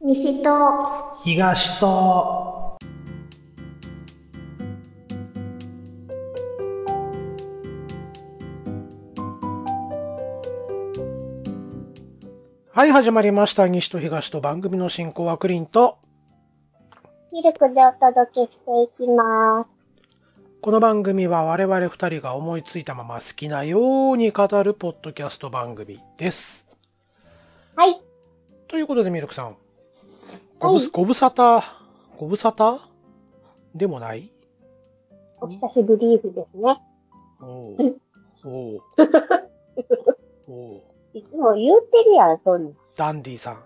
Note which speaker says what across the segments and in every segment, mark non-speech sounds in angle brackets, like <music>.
Speaker 1: 西と
Speaker 2: 東と、はい、始まりました。西と東と番組の進行はクリンと、
Speaker 1: ミルクでお届けしていきます。
Speaker 2: この番組は我々二人が思いついたまま好きなように語るポッドキャスト番組です。
Speaker 1: はい。
Speaker 2: ということで、ミルクさん。ごぶ、ご無沙汰、ご無沙汰でもない
Speaker 1: お久しぶりーすですね。
Speaker 2: お
Speaker 1: うん
Speaker 2: うおうおう
Speaker 1: いつも言うてるやん、そんな。
Speaker 2: ダンディさん。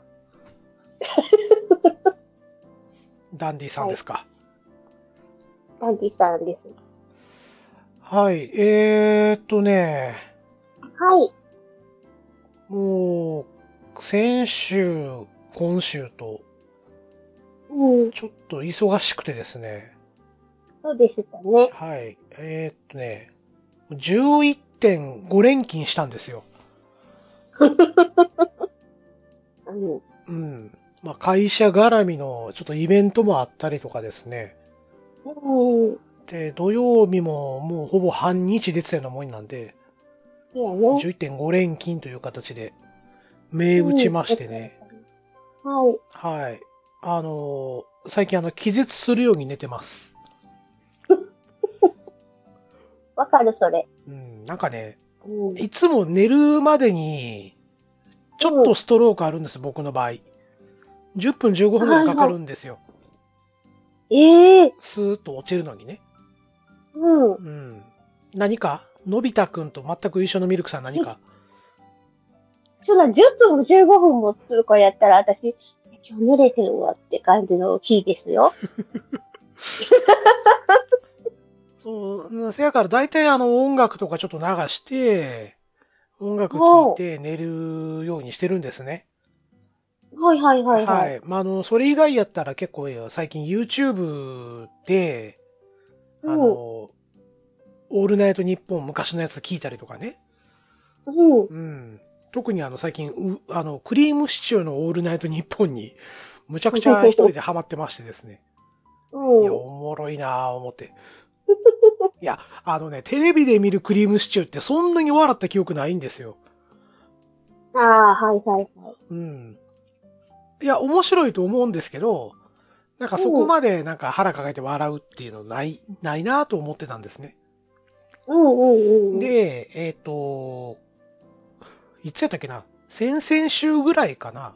Speaker 2: ダンディさんですか。
Speaker 1: 感じたんです。
Speaker 2: はい、えーっとね、
Speaker 1: はい。
Speaker 2: もう、先週、今週と、
Speaker 1: うん、
Speaker 2: ちょっと忙しくてですね。
Speaker 1: そうでしたね。
Speaker 2: はい。えーっとね、11.5連勤したんですよ。
Speaker 1: うん。
Speaker 2: うん。まあ、会社絡みの、ちょっとイベントもあったりとかですね。
Speaker 1: うん。
Speaker 2: で、土曜日ももうほぼ半日出てたようなもんなんで、
Speaker 1: いやね。
Speaker 2: 11.5連勤という形で、銘打ちましてね。
Speaker 1: うん。はい。
Speaker 2: はい。あのー最近あの、気絶するように寝てます。
Speaker 1: わかる、それ。
Speaker 2: うん、なんかね、
Speaker 1: うん。
Speaker 2: いつも寝るまでに、ちょっとストロークあるんです、僕の場合。10分15分ぐらいかかるんですよ。
Speaker 1: ええ
Speaker 2: スーッと落ちるのにね。
Speaker 1: うん。
Speaker 2: うん。何かのび太くんと全く一緒のミルクさん何か。
Speaker 1: そら、10分も15分もする子やったら、私、今日濡れてるわって感じの日ですよ。
Speaker 2: そう、うんせやから大体あの音楽とかちょっと流して、音楽聴いて寝るようにしてるんですね。
Speaker 1: はいはいはいはい。
Speaker 2: まあ、あの、それ以外やったら結構最近 YouTube で、あ
Speaker 1: うん
Speaker 2: の、オールナイトニッポン昔のやつ聞いたりとかね。
Speaker 1: うん。
Speaker 2: うん。特にあの最近、うあの、クリームシチューのオールナイトニッポンに、むちゃくちゃ一人でハマってましてですね。いや、
Speaker 1: う
Speaker 2: おもろいなぁ、
Speaker 1: <laughs>
Speaker 2: 思って。いや、あのね、テレビで見るクリームシチューってそんなに笑った記憶ないんですよ。
Speaker 1: ん。ああ、はいはいはい。
Speaker 2: うん。いや、面白いと思うんですけど、なんかそこまでなんか腹抱えて笑うっていうのない、ないなぁと思ってたんですね。
Speaker 1: うんうんうん。、
Speaker 2: で、えっ、と、いつやったっけな先々週ぐらいかな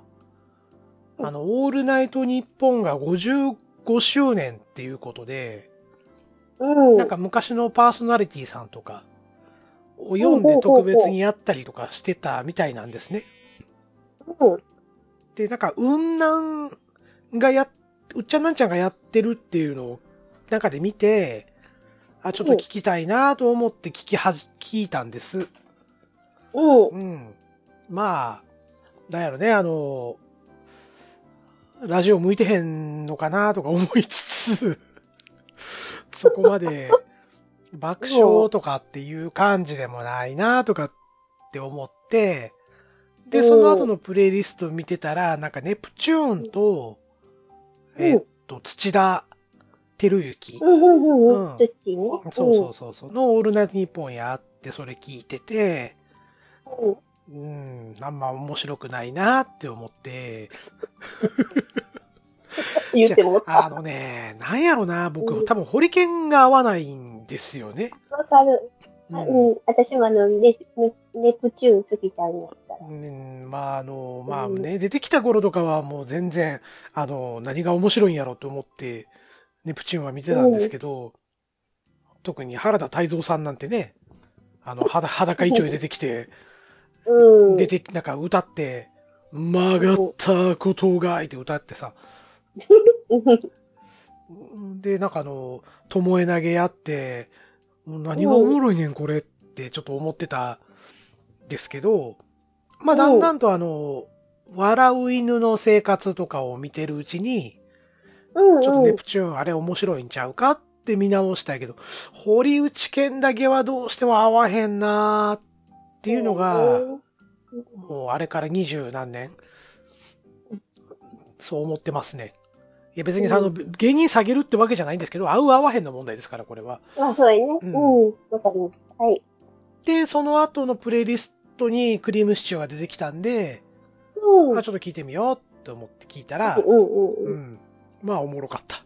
Speaker 2: あの、オールナイトニッポンが55周年っていうことで、
Speaker 1: うん。
Speaker 2: なんか昔のパーソナリティさんとかを読んで特別にやったりとかしてたみたいなんですね。
Speaker 1: うん、
Speaker 2: で、なんか、雲南がやっ、うっちゃんなんちゃんがやってるっていうのを中で見て、あ、ちょっと聞きたいなと思って聞きはじ、聞いたんです。
Speaker 1: うん、
Speaker 2: うん。まあ、なんやろね、あの、ラジオ向いてへんのかなとか思いつつ、 <laughs> そこまで爆笑とかっていう感じでもないなとかって思って、で、その後のプレイリスト見てたら、なんかネプチューンと、
Speaker 1: うん
Speaker 2: えっと、土田照之。
Speaker 1: うん、うん、うん、
Speaker 2: うん
Speaker 1: 土ね。
Speaker 2: そうそうそうそう。のオールナイトニッポンやって、それ聞いてて、
Speaker 1: うん。
Speaker 2: うん、あんま面白くないなって思って、
Speaker 1: 言ってもら
Speaker 2: あ
Speaker 1: っ
Speaker 2: のね、なんやろな、
Speaker 1: う
Speaker 2: 僕、
Speaker 1: ん
Speaker 2: 多分ホリケンが合わないんですよね。
Speaker 1: た。わかる。
Speaker 2: う
Speaker 1: うんん、私もあの、ネネネプチューン過ぎたんやったら。
Speaker 2: うん、まあ、あの、まあね、出てきた頃とかはもう全然、あの、何が面白いんやろと思って、ネプチューンは見てたんですけど、特に原田泰造さんなんてね、あの、裸裸一丁で出てきて、
Speaker 1: うん。
Speaker 2: 出て、なんか歌って、曲がったことがいって歌ってさ、で、なんかあの、ともえ投げやって、もう何がおもろいねんこれってちょっと思ってたんですけど、まあだんだんとあの、笑う犬の生活とかを見てるうちに、
Speaker 1: うん、うん。
Speaker 2: ちょっとネプチューンあれ面白いんちゃうかって見直したいけど、堀内健だけはどうしても合わへんなーっていうのが、
Speaker 1: うん、
Speaker 2: もうあれから二十何年、そう思ってますね。いや別にさ、あの、芸人下げるってわけじゃないんですけど、合う合わへんの問題ですから、これは。
Speaker 1: まあ、そうやね。う
Speaker 2: うん
Speaker 1: ん。わかります。はい。
Speaker 2: で、その後のプレイリストにクリームシチューが出てきたんで、
Speaker 1: うん。
Speaker 2: あちょっと聞いてみようと思って聞いたら、
Speaker 1: うんうん
Speaker 2: う
Speaker 1: うん
Speaker 2: ん。まあ、おもろかった。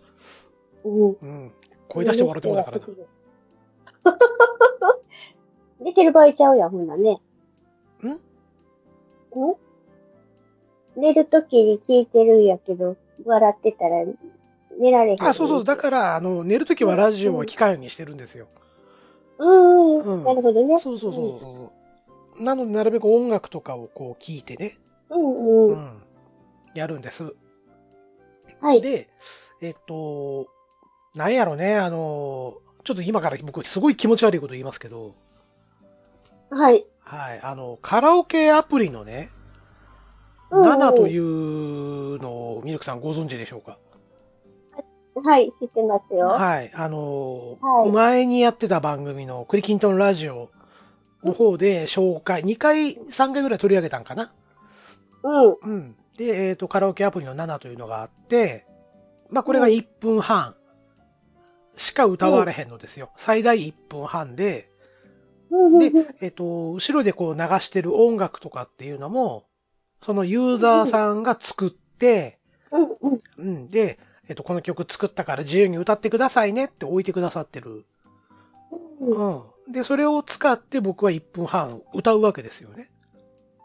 Speaker 1: うん。
Speaker 2: うん。声出して笑ってもだか
Speaker 1: <laughs>
Speaker 2: らな。
Speaker 1: 出てる場合ちゃうやん、ほんなね。
Speaker 2: ん
Speaker 1: ん寝るときに聞いてるんやけど、笑ってたら寝られへん。
Speaker 2: あ、そうそう。だから、あの、寝るときはラジオは機械にしてるんですよ。
Speaker 1: うん、
Speaker 2: う
Speaker 1: うんん、なるほどね。
Speaker 2: そうそうそうそう。なので、なるべく音楽とかをこう聞いてね、
Speaker 1: うん、うん、う
Speaker 2: う
Speaker 1: ん。
Speaker 2: ん。やるんです。
Speaker 1: はい。
Speaker 2: で、えっと、なんやろね、あの、ちょっと今から僕、すごい気持ち悪いこと言いますけど、
Speaker 1: はい。
Speaker 2: はい、あの、カラオケアプリのね、
Speaker 1: うんうん
Speaker 2: ナナというのをミルクさんご存知でしょうか
Speaker 1: はい、知ってますよ。
Speaker 2: はい、あの、
Speaker 1: はい
Speaker 2: 前にやってた番組のクリキントンラジオの方で紹介、2回、3回ぐらい取り上げたんかな
Speaker 1: うん、
Speaker 2: うん。で、えっ、と、カラオケアプリの7というのがあって、まあ、これが1分半しか歌われへんのですよ。最大1分半で、
Speaker 1: うん、
Speaker 2: で
Speaker 1: うん、
Speaker 2: えっ、と、後ろでこう流してる音楽とかっていうのも、そのユーザーさんが作って、
Speaker 1: うん、
Speaker 2: うん。で、えっ、と、この曲作ったから自由に歌ってくださいねって置いてくださってる。
Speaker 1: うん、うん、
Speaker 2: うん。で、それを使って僕は1分半歌うわけですよね。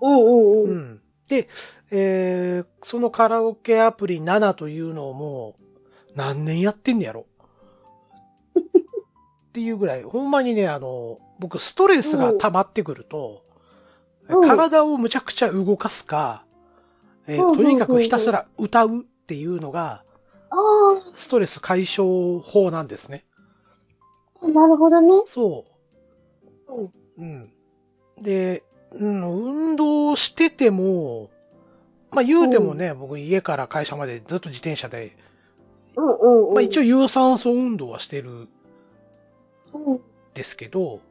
Speaker 1: うん、う。
Speaker 2: うんん。で、えーそのカラオケアプリ7というのをもう何年やってん
Speaker 1: <laughs>
Speaker 2: ねやろっていうぐらい、ほんまにね、あの、僕ストレスが溜まってくると、
Speaker 1: うん
Speaker 2: 体をむちゃくちゃ動かすか、えー
Speaker 1: うん
Speaker 2: とにかくひたすら歌うっていうのが、
Speaker 1: ああ
Speaker 2: ストレス解消法なんですね。
Speaker 1: ー、なるほどね。
Speaker 2: そう。
Speaker 1: うん、
Speaker 2: うん。で、うん、運動してても、まあ言うてもね、僕家から会社までずっと自転車で、
Speaker 1: うん、うんうん。
Speaker 2: まあ一応
Speaker 1: 応、
Speaker 2: 有酸素運動はしてるん
Speaker 1: うん、
Speaker 2: ですけど、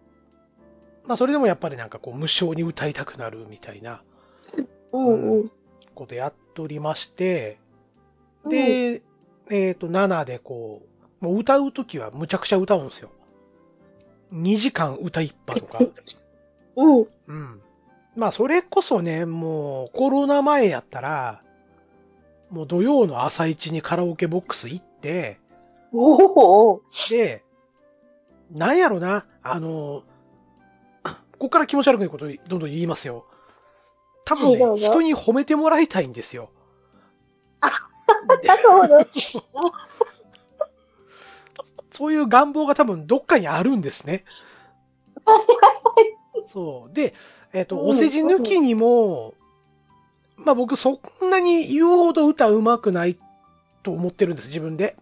Speaker 2: まあそれでもやっぱりなんかこう無償に歌いたくなるみたいな
Speaker 1: うん、うん。
Speaker 2: ことやっておりまして、で、えっ、と7でこう、もう歌うときはむちゃくちゃ歌うんですよ。2時間歌いっぱとか。
Speaker 1: うん、
Speaker 2: うん。まあ、それこそね、もう、コロナ前やったら、もう土曜の朝一にカラオケボックス行って、
Speaker 1: お
Speaker 2: <laughs>
Speaker 1: お、
Speaker 2: で、なんやろな、あの、ここから気持ち悪くないことをどんどん言いますよ。多分ね、
Speaker 1: はいどうぞ
Speaker 2: 人に褒めてもらいたいんですよ。
Speaker 1: なるほど。
Speaker 2: そういう願望が多分どっかにあるんですね。そう。で、えっ、と、
Speaker 1: うん
Speaker 2: お世辞抜きにも、まあ僕そんなに言うほど歌うまくないと思ってるんです、自分で。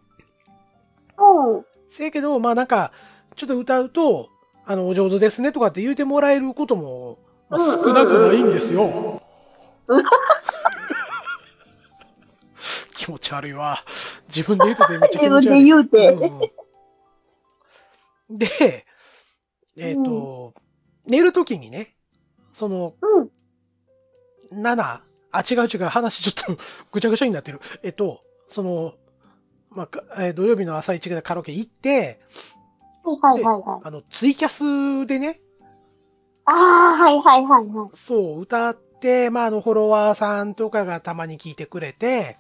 Speaker 1: うん。
Speaker 2: せやけど、まあなんか、ちょっと歌うと、あの、お上手ですねとかって言うてもらえることも、まあ
Speaker 1: うん
Speaker 2: 少なくないんで
Speaker 1: <laughs>
Speaker 2: すよ。気持ち悪いわ。自分で言うとてめっちゃ
Speaker 1: 自
Speaker 2: 気持
Speaker 1: 分
Speaker 2: ち悪
Speaker 1: で。
Speaker 2: い
Speaker 1: 言うて。
Speaker 2: うんで、えっ、と、寝るときにね、その、
Speaker 1: うん。
Speaker 2: 7、あ、違う違う、話ちょっと <laughs> ぐちゃぐちゃになってる。えっと、その、まあかえー土曜日の朝一でカラオケ行って、
Speaker 1: はいはいはいはい。
Speaker 2: あの、ツイキャスでね、
Speaker 1: ああ、はいはいはいはい。
Speaker 2: そう、歌って、まあ、あの、フォロワーさんとかがたまに聞いてくれて、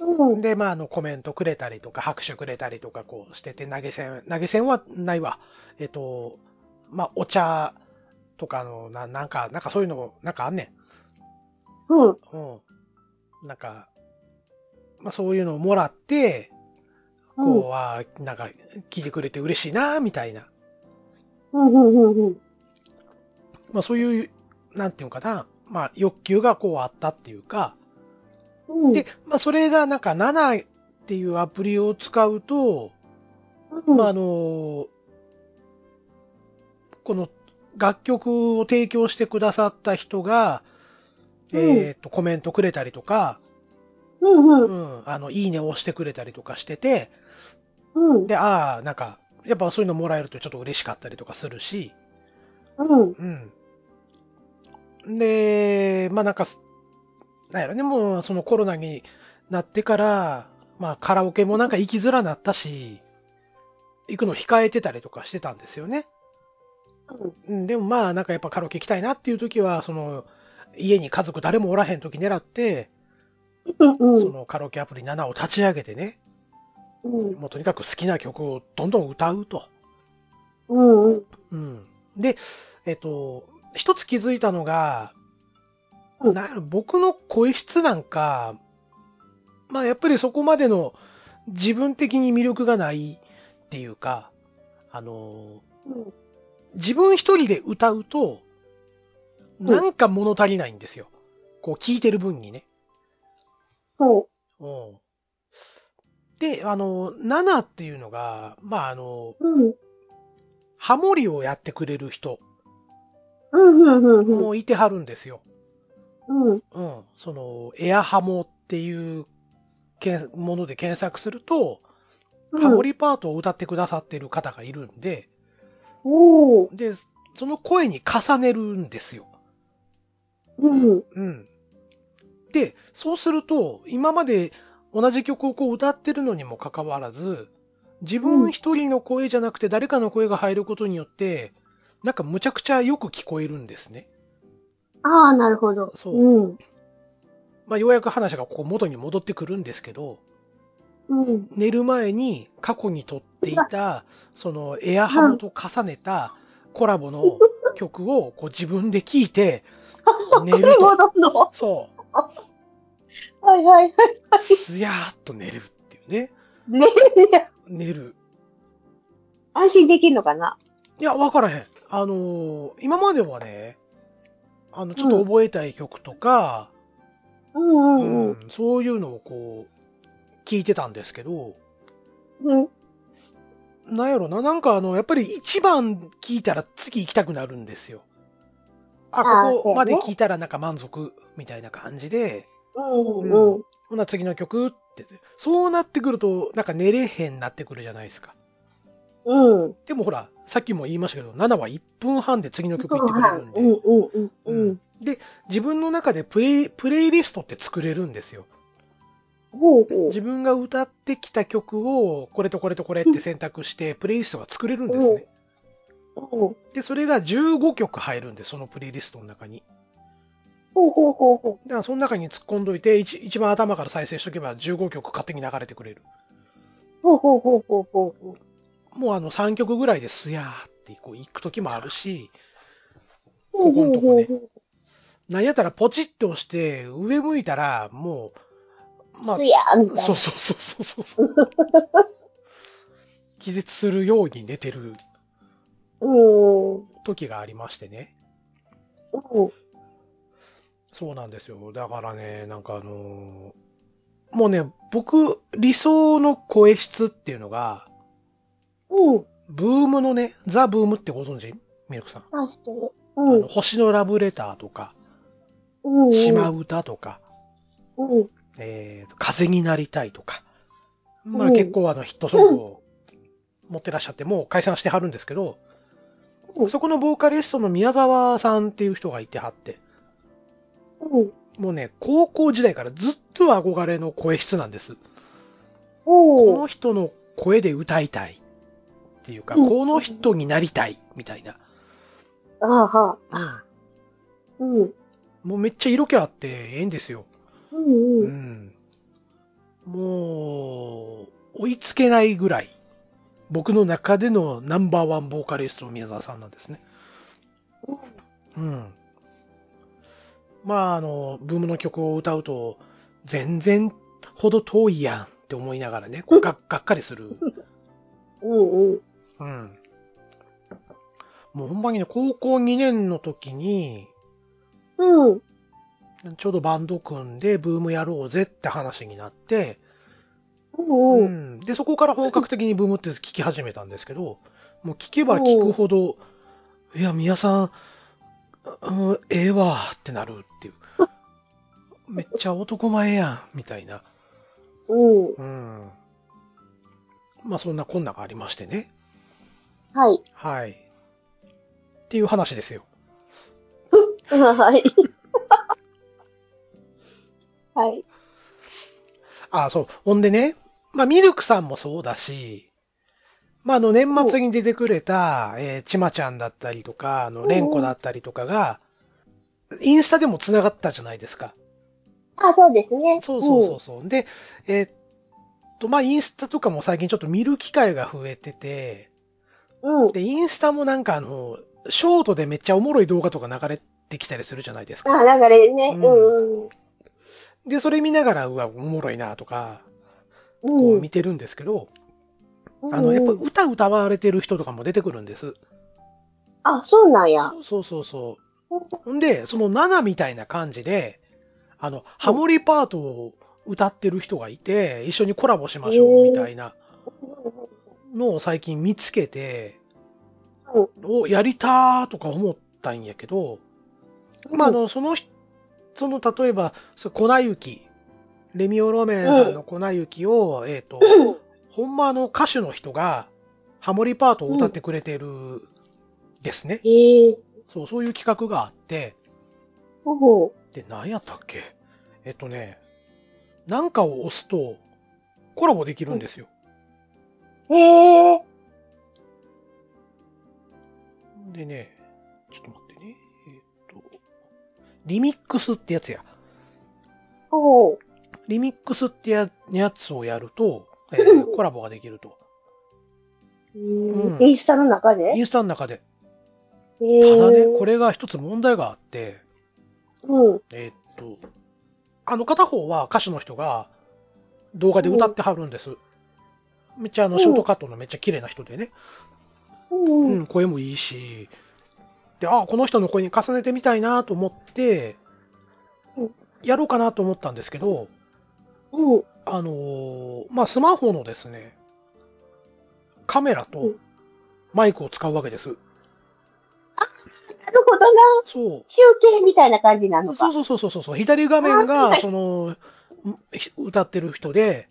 Speaker 1: うん。
Speaker 2: で、まあ、あの、コメントくれたりとか、拍手くれたりとか、こうしてて、投げ銭、投げ銭はないわ。えっと、まあ、お茶とかの、ななんか、なんかそういうの、なんかあんね
Speaker 1: うん。
Speaker 2: ん。うん。なんか、まあ、そういうのをもらって、
Speaker 1: うん。
Speaker 2: こう、あーなんか、聞いてくれて嬉しいな、みたいな。
Speaker 1: うん。うん。うん。
Speaker 2: まあ、そういう、なんていうのかな、まあ、欲求がこうあったっていうか、
Speaker 1: うん。
Speaker 2: で、まあ、それがなんか7っていうアプリを使うと、
Speaker 1: うん、
Speaker 2: まあ、あのーこの楽曲を提供してくださった人が、
Speaker 1: うん
Speaker 2: えっ、と、コメントくれたりとか、
Speaker 1: うん。う。
Speaker 2: うんん、あの、いいねを押してくれたりとかしてて、
Speaker 1: うん。
Speaker 2: で、ああ、なんか、やっぱそういうのもらえるとちょっと嬉しかったりとかするし、
Speaker 1: うん。
Speaker 2: うん。で、まあなんか、なんやろね、もうそのコロナになってから、まあカラオケもなんか行きづらなったし、行くの控えてたりとかしてたんですよね。
Speaker 1: うん。
Speaker 2: うんでもまあなんかやっぱカラオケ行きたいなっていう時は、その、家に家族誰もおらへん時狙って、
Speaker 1: うん。う
Speaker 2: そ
Speaker 1: ん。
Speaker 2: のカラオケアプリ7を立ち上げてね、
Speaker 1: うん。
Speaker 2: もうとにかく好きな曲をどんどん歌うと。
Speaker 1: うん。うん。
Speaker 2: うん。で、えっと、一つ気づいたのが、
Speaker 1: うん
Speaker 2: なんやろ僕の声質なんか、まあやっぱりそこまでの自分的に魅力がないっていうか、あの、自分一人で歌うと、
Speaker 1: ん
Speaker 2: なんか物足りないんですよ。こう聞いてる分にね。
Speaker 1: そう。
Speaker 2: うん。で、あの、7っていうのが、まああの、
Speaker 1: うん。
Speaker 2: ハモリをやってくれる人
Speaker 1: うん。うん。うん。
Speaker 2: もいてはるんですよ。
Speaker 1: うん。
Speaker 2: うん、その、エアハモっていうけんもので検索すると、ハモリパートを歌ってくださってる方がいるんで、
Speaker 1: おお。
Speaker 2: で、その声に重ねるんですよ。
Speaker 1: うん。
Speaker 2: うん。で、そうすると、今まで同じ曲をこう歌ってるのにもかかわらず、自分一人の声じゃなくて誰かの声が入ることによって、なんかむちゃくちゃよく聞こえるんですね。
Speaker 1: ああ、なるほど。
Speaker 2: そう
Speaker 1: うん。
Speaker 2: まあ、ようやく話がここ元に戻ってくるんですけど、
Speaker 1: うん。
Speaker 2: 寝る前に過去に撮っていた、そのエアハモと重ねたコラボの曲をこう自分で聴いて、寝
Speaker 1: そ
Speaker 2: る
Speaker 1: れ
Speaker 2: と、
Speaker 1: 戻ん <laughs> の
Speaker 2: そ
Speaker 1: はいはいはい。
Speaker 2: う、すやーっと寝るっていうね。
Speaker 1: 寝るじゃん。
Speaker 2: 寝る。
Speaker 1: 安心できるのかない
Speaker 2: や、わからへん。あのー今まではね、あの、ちょっと覚えたい曲とか、
Speaker 1: うん
Speaker 2: う
Speaker 1: うんうん。
Speaker 2: んそういうのをこう、聴いてたんですけど、
Speaker 1: うん。
Speaker 2: なんやろな、なんかあの、やっぱり一番聞いたら次行きたくなるんですよ。あ、
Speaker 1: あー
Speaker 2: ここまで
Speaker 1: そうね
Speaker 2: 聞いたらなんか満足みたいな感じで、
Speaker 1: うんうん。
Speaker 2: ほな次の曲って、そうなってくると、なんか寝れへんなってくるじゃないですか。
Speaker 1: うん。
Speaker 2: でもほら、さっきも言いましたけど、7は1分半で次の曲行ってくれるん
Speaker 1: う
Speaker 2: で、
Speaker 1: んうんうんうん。
Speaker 2: 自分の中でプレイプレイリストって作れるんですよ。
Speaker 1: ほうほう。
Speaker 2: 自分が歌ってきた曲を、これとこれとこれって選択して、プレイリストが作れるんですね。
Speaker 1: ほ
Speaker 2: で、それが15曲入るんで、そのプレイリストの中に。
Speaker 1: うほうほうほ
Speaker 2: だからその中に突っ込んどいて一、一番頭から再生しとけば15曲勝手に流れてくれる。
Speaker 1: う。ほうほうほうほうほう。
Speaker 2: もうあの3曲ぐらいですやーってこう行く時もあるし、
Speaker 1: ほうほうほうほう。
Speaker 2: なんやったらポチッと押して上向いたらもう、まあ
Speaker 1: い、やーみたい
Speaker 2: そ
Speaker 1: な
Speaker 2: う。そうそうそうそう。 <laughs> 気絶するように寝てる
Speaker 1: うん。
Speaker 2: 時がありましてね。そうなんですよ。だからね、なんかあのーもうね、僕、理想の声質っていうのが、
Speaker 1: うん。
Speaker 2: ブームのね、ザ・ブームってご存知ミルクさん。
Speaker 1: 確かに。
Speaker 2: あ
Speaker 1: う
Speaker 2: の
Speaker 1: ん。
Speaker 2: 星のラブレターとか、
Speaker 1: うん。
Speaker 2: 島唄とか、
Speaker 1: うん。
Speaker 2: えー風になりたいとか、まあ
Speaker 1: うん
Speaker 2: 結構あのヒットソングを持ってらっしゃって、もう解散してはるんですけど
Speaker 1: う、ん
Speaker 2: そこのボーカリストの宮沢さんっていう人がいてはって、
Speaker 1: うん。
Speaker 2: もうね、高校時代からずっと憧れの声質なんです。こ
Speaker 1: ほう。
Speaker 2: の人の声で歌いたいっていうか、
Speaker 1: うん
Speaker 2: この人になりたいみたいな。
Speaker 1: ああはあ。うん。うん
Speaker 2: もうめっちゃ色気あってええんですよ。
Speaker 1: う。
Speaker 2: うんんもう、追いつけないぐらい、僕の中でのナンバーワンボーカリストの宮沢さんなんですね。うん。まあ、あの、ブームの曲を歌うと、全然ほど遠いやんって思いながらね、こうががっかりする。
Speaker 1: うんうん。
Speaker 2: うん。もうほんまにね、高校2年の時に、
Speaker 1: うん。
Speaker 2: ちょうどバンド組んで、ブームやろうぜって話になって、
Speaker 1: うんう。
Speaker 2: うんん、でそこから本格的にブームって聞き始めたんですけどもう聞けば聞くほどいや宮さん、うん、ええわーってなるっていう <laughs> めっちゃ男前やんみたいな、
Speaker 1: うん。
Speaker 2: うん、まあそんなこんながありましてね
Speaker 1: はい。
Speaker 2: はいっていう話ですよ
Speaker 1: はい。はい。
Speaker 2: あ、そう。ほんでね、まあ、ミルクさんもそうだし、まあ、あの、年末に出てくれた、えーちまちゃんだったりとか、あ
Speaker 1: う
Speaker 2: の、
Speaker 1: ん
Speaker 2: れんこだったりとかが、インスタでも繋がったじゃないですか。
Speaker 1: あ、そうですね。
Speaker 2: そうそうそうそう。で、えーっと、まあ、インスタとかも最近ちょっと見る機会が増えてて、
Speaker 1: うん。うん。
Speaker 2: で、インスタもなんかあの、ショートでめっちゃおもろい動画とか流れてきたりするじゃないですか。
Speaker 1: あ、流れね。
Speaker 2: う
Speaker 1: うんんうん。
Speaker 2: で、それ見ながら、うわ、おもろいなとか、こ
Speaker 1: う。
Speaker 2: うん見てるんですけど、
Speaker 1: うん
Speaker 2: あの、やっぱ歌歌われてる人とかも出てくるんです。
Speaker 1: あ、そうなんや。
Speaker 2: そうそうそうそう。ほんで、その7みたいな感じで、あの、ハモリパートを歌ってる人がいて、一緒にコラボしましょうみたいなのを最近見つけて、
Speaker 1: うん
Speaker 2: をやりたーとか思ったんやけど、まあ、あの、その人、その、例えば、そう粉雪、レミオロメンさんの粉雪を、えっ、と、
Speaker 1: うん
Speaker 2: ほんまあの歌手の人が、ハモリパートを歌ってくれてるですね。
Speaker 1: <coughs> へえ。
Speaker 2: そう、そういう企画があって、
Speaker 1: うん。
Speaker 2: で、何やったっけえっとね、なんかを押すと、コラボできるんですよ。
Speaker 1: へえ。
Speaker 2: でね、ちょっと待ってね、えっと、リミックスってやつや。
Speaker 1: ほ
Speaker 2: リミックスってややつをやると、え
Speaker 1: うん
Speaker 2: ーコラボができると。
Speaker 1: う。
Speaker 2: うん
Speaker 1: インスタの中で
Speaker 2: インスタの中で。
Speaker 1: た
Speaker 2: ただね、こ
Speaker 1: れ。
Speaker 2: れが一つ問題があって、
Speaker 1: うん。
Speaker 2: えーっと、あの片方は歌手の人が動画で歌ってはるんです。めっちゃあの、ショートカットのめっちゃ綺麗な人で
Speaker 1: う
Speaker 2: ね。
Speaker 1: ん
Speaker 2: う
Speaker 1: うん。
Speaker 2: ん、声もいいし。で、ああ、この人の声に重ねてみたいなと思って
Speaker 1: うん、
Speaker 2: やろうかなと思ったんですけど、
Speaker 1: うん。
Speaker 2: あのーまあ、スマホのですね、カメラ
Speaker 1: う
Speaker 2: と
Speaker 1: ん
Speaker 2: マイクを使うわけです。
Speaker 1: なるほどな。
Speaker 2: そう。
Speaker 1: 中継みたいな感じなの
Speaker 2: そ
Speaker 1: か。
Speaker 2: うそうそうそうそう。左画面
Speaker 1: あは
Speaker 2: が、
Speaker 1: い
Speaker 2: その、ひ歌ってる人で、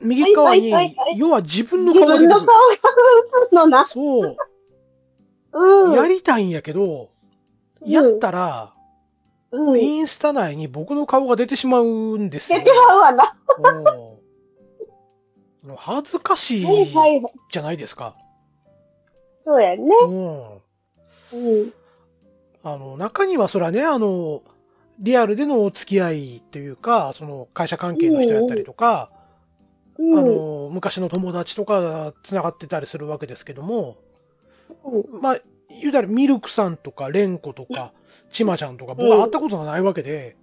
Speaker 2: 右側に
Speaker 1: はいはいはいは、い
Speaker 2: 要は自分の
Speaker 1: 自
Speaker 2: 顔が出
Speaker 1: 分
Speaker 2: て
Speaker 1: の
Speaker 2: く
Speaker 1: 顔
Speaker 2: る
Speaker 1: が。映るのな。
Speaker 2: そう。
Speaker 1: うん。
Speaker 2: やりたいんやけど、
Speaker 1: うん
Speaker 2: やったら、
Speaker 1: うん。
Speaker 2: インスタ内に僕の顔が出てしまうんですよ
Speaker 1: 出。ちゃうわな。
Speaker 2: うん恥ずかしい
Speaker 1: はいはいはい。
Speaker 2: じゃないですか。
Speaker 1: そうやね。
Speaker 2: うん。
Speaker 1: うん。
Speaker 2: あの、中にはそらね、あの、リアルでのお付き合いというか、その会社関係の人やったりとか、あ
Speaker 1: うん。
Speaker 2: の、昔の友達とか繋がってたりするわけですけども、
Speaker 1: うん
Speaker 2: まあ、言うたらミルクさんとか、レンコとか、ちまちゃんとか、僕は会ったことがないわけで、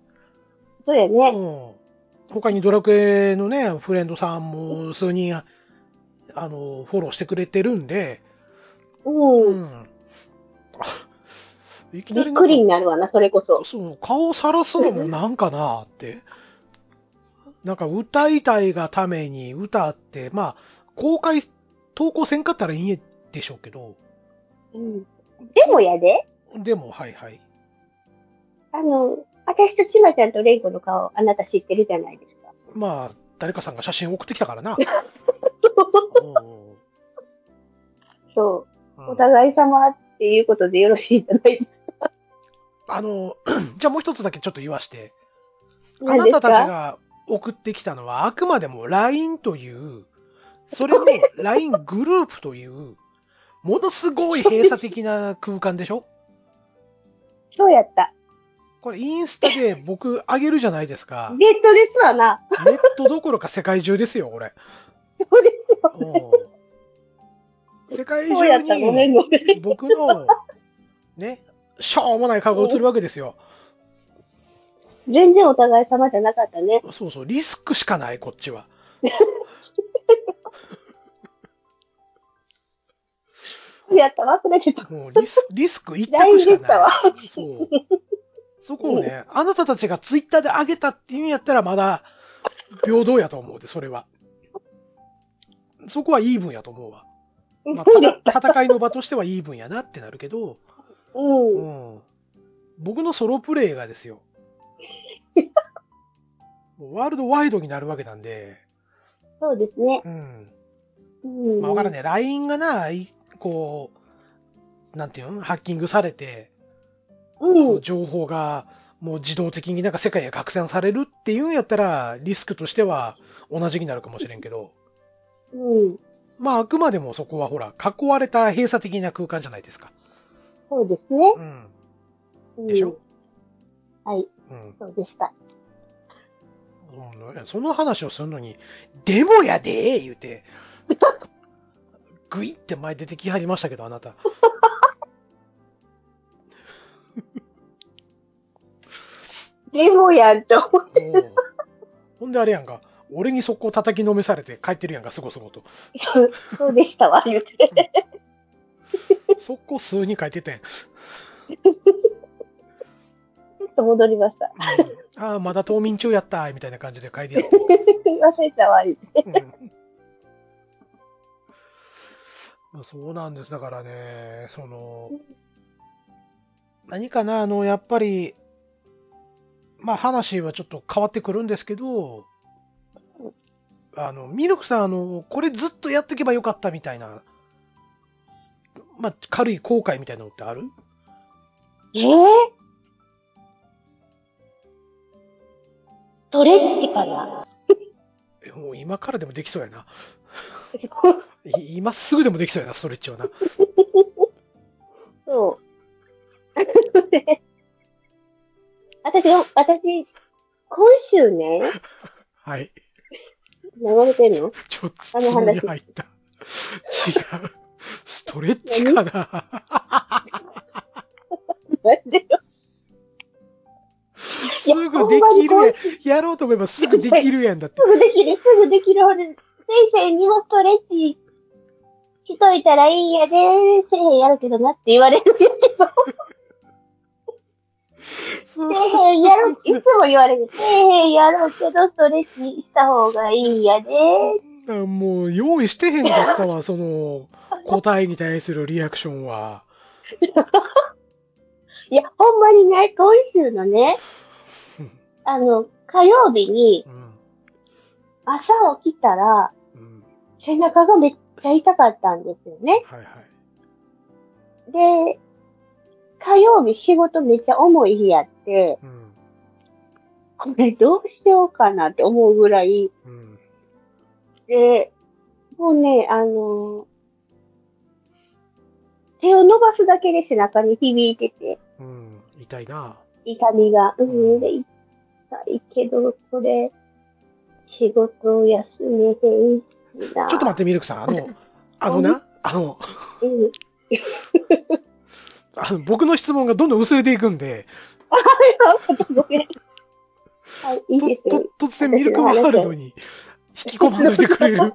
Speaker 1: そうや
Speaker 2: う
Speaker 1: ね。
Speaker 2: ん。他にドラクエのね、フレンドさんも数人、あの、フォローしてくれてるんで、
Speaker 1: う。
Speaker 2: うんん。いき
Speaker 1: び
Speaker 2: な
Speaker 1: っ
Speaker 2: りなん
Speaker 1: く
Speaker 2: か
Speaker 1: りになるわな、それこそ。
Speaker 2: そう、顔さらすのもなんかなって。なんか歌いたいがために歌って、まあ、公開、投稿せんかったらいいでしょうけど、
Speaker 1: うん。でもやで。
Speaker 2: でも、はいはい。
Speaker 1: あの、私とちまちゃんとれんこの顔、あなた知ってるじゃないですか。
Speaker 2: まあ、誰かさんが写真送ってきたから
Speaker 1: <laughs>
Speaker 2: な。お
Speaker 1: そうう。お
Speaker 2: うん
Speaker 1: 互い様っていうことでよろしいじゃないです
Speaker 2: あの、 <clears throat> じゃあもう一つだけちょっと言わして。
Speaker 1: か。
Speaker 2: あなたたち
Speaker 1: 何ですか
Speaker 2: が送ってきたのは、あくまでも LINE という、それも LINE グループという、ものすごい閉鎖的な空間でしょ
Speaker 1: そうやった。
Speaker 2: これインスタで僕あげるじゃないですか。
Speaker 1: ゲットですわな。 <laughs>
Speaker 2: ネットどころか世界中ですよ、これ。
Speaker 1: そうですよ。
Speaker 2: うん世界
Speaker 1: そうや
Speaker 2: 中
Speaker 1: った。ごめんご
Speaker 2: に
Speaker 1: めん。
Speaker 2: 僕の、ね、しょうもない顔が映るわけですよ。
Speaker 1: 全然お互い様じゃなかったね。
Speaker 2: そうそう、リスクしかない、こっちは。
Speaker 1: そうやった。忘れてた。
Speaker 2: もうリスリスク一択し
Speaker 1: LINE でしたわ
Speaker 2: かない。そう。そこをね、あなたたちがツイッターで上げたっていうんやったらまだ平等やと思うで、それは。そこはイーブンやと思うわ。まあ
Speaker 1: そうやった。
Speaker 2: た戦いの場としてはイーブンやなってなるけど、
Speaker 1: <laughs> う。
Speaker 2: うんん。僕のソロプレイがですよ。もうワールドワイドになるわけなんで、
Speaker 1: そうですね。
Speaker 2: うん。
Speaker 1: うん。
Speaker 2: まあ、わからんね。LINE がな、いこう、なんていうのハッキングされて、
Speaker 1: うん。
Speaker 2: 情報がもう自動的になんか世界へ拡散されるっていうんやったら、リスクとしては同じになるかもしれんけど、
Speaker 1: うん。
Speaker 2: まあ、あくまでもそこはほら、囲われた閉鎖的な空間じゃないですか。
Speaker 1: そうですね。
Speaker 2: うん。
Speaker 1: うん
Speaker 2: でしょ
Speaker 1: はい、
Speaker 2: うん。
Speaker 1: そうでした。
Speaker 2: その話をするのに、でもやでー言うて、 <laughs> ぐいって前出てきはりましたけど、あな <laughs> た。
Speaker 1: でもやんと。
Speaker 2: おうほんであれやんか、俺にそこ叩きのめされて帰ってるやんか、すごすごと。
Speaker 1: そうでしたわ、言って。
Speaker 2: そこ数に書いてたやん。
Speaker 1: ちょっと戻りました。
Speaker 2: うんああ、まだ冬眠中やったーみたいな感じで書いてやった。
Speaker 1: <laughs> 忘れたわ、言って。
Speaker 2: うん <laughs> まあそうなんです。だからね、その、何かな、あの、やっぱり、まあ話はちょっと変わってくるんですけど、あの、ミルクさん、あの、これずっとやっとけばよかったみたいな、まあ軽い後悔みたいなのってある
Speaker 1: えー、トレッチかな
Speaker 2: えもう今からでもできそうやな。い今すぐでもできそうやな、ストレッチはな。
Speaker 1: そう。私の、私、今週ね、
Speaker 2: はい。
Speaker 1: 流れてんの
Speaker 2: ちょっと質問に入った。違う。ストレッチかな
Speaker 1: 待ってよ。
Speaker 2: すぐできるやん。やろうと思えばすぐできるやんだって
Speaker 1: す。ぐできる、すぐできるほど、先生にもストレッチしといたらいいんやで、せえへんやるけどなって言われるんやけど、せ
Speaker 2: そう
Speaker 1: えへんやる、 <laughs> いつも言われる。せえへんやろうけど、ストレッチした方がいいんやで。
Speaker 2: もう用意してへんかったわ、その答えに対するリアクションは。
Speaker 1: <laughs> いや、ほんまにね、今週のね、あの、火曜日に
Speaker 2: うん。
Speaker 1: 朝起きたら、
Speaker 2: うん。
Speaker 1: 背中がめっちゃ痛かったんですよね。
Speaker 2: はいはい。
Speaker 1: で、火曜日仕事めっちゃ重い日やって、
Speaker 2: うん。
Speaker 1: これどうしようかなって思うぐらい、
Speaker 2: うん。
Speaker 1: で、もうね、あの手を伸ばすだけで背中に響いてて、
Speaker 2: うん。痛いな。
Speaker 1: 痛みが。うん、で、痛いけど、それ、仕事を休めへんしな。
Speaker 2: ちょっと待って、ミルクさん。あの、あのな、あの、
Speaker 1: って。うん。
Speaker 2: あの僕の質問がどんどん薄れていくんで、
Speaker 1: ごめん。はい、いい
Speaker 2: と
Speaker 1: ですよ。
Speaker 2: と突然ミルクワールドに引き込まんといてくれる。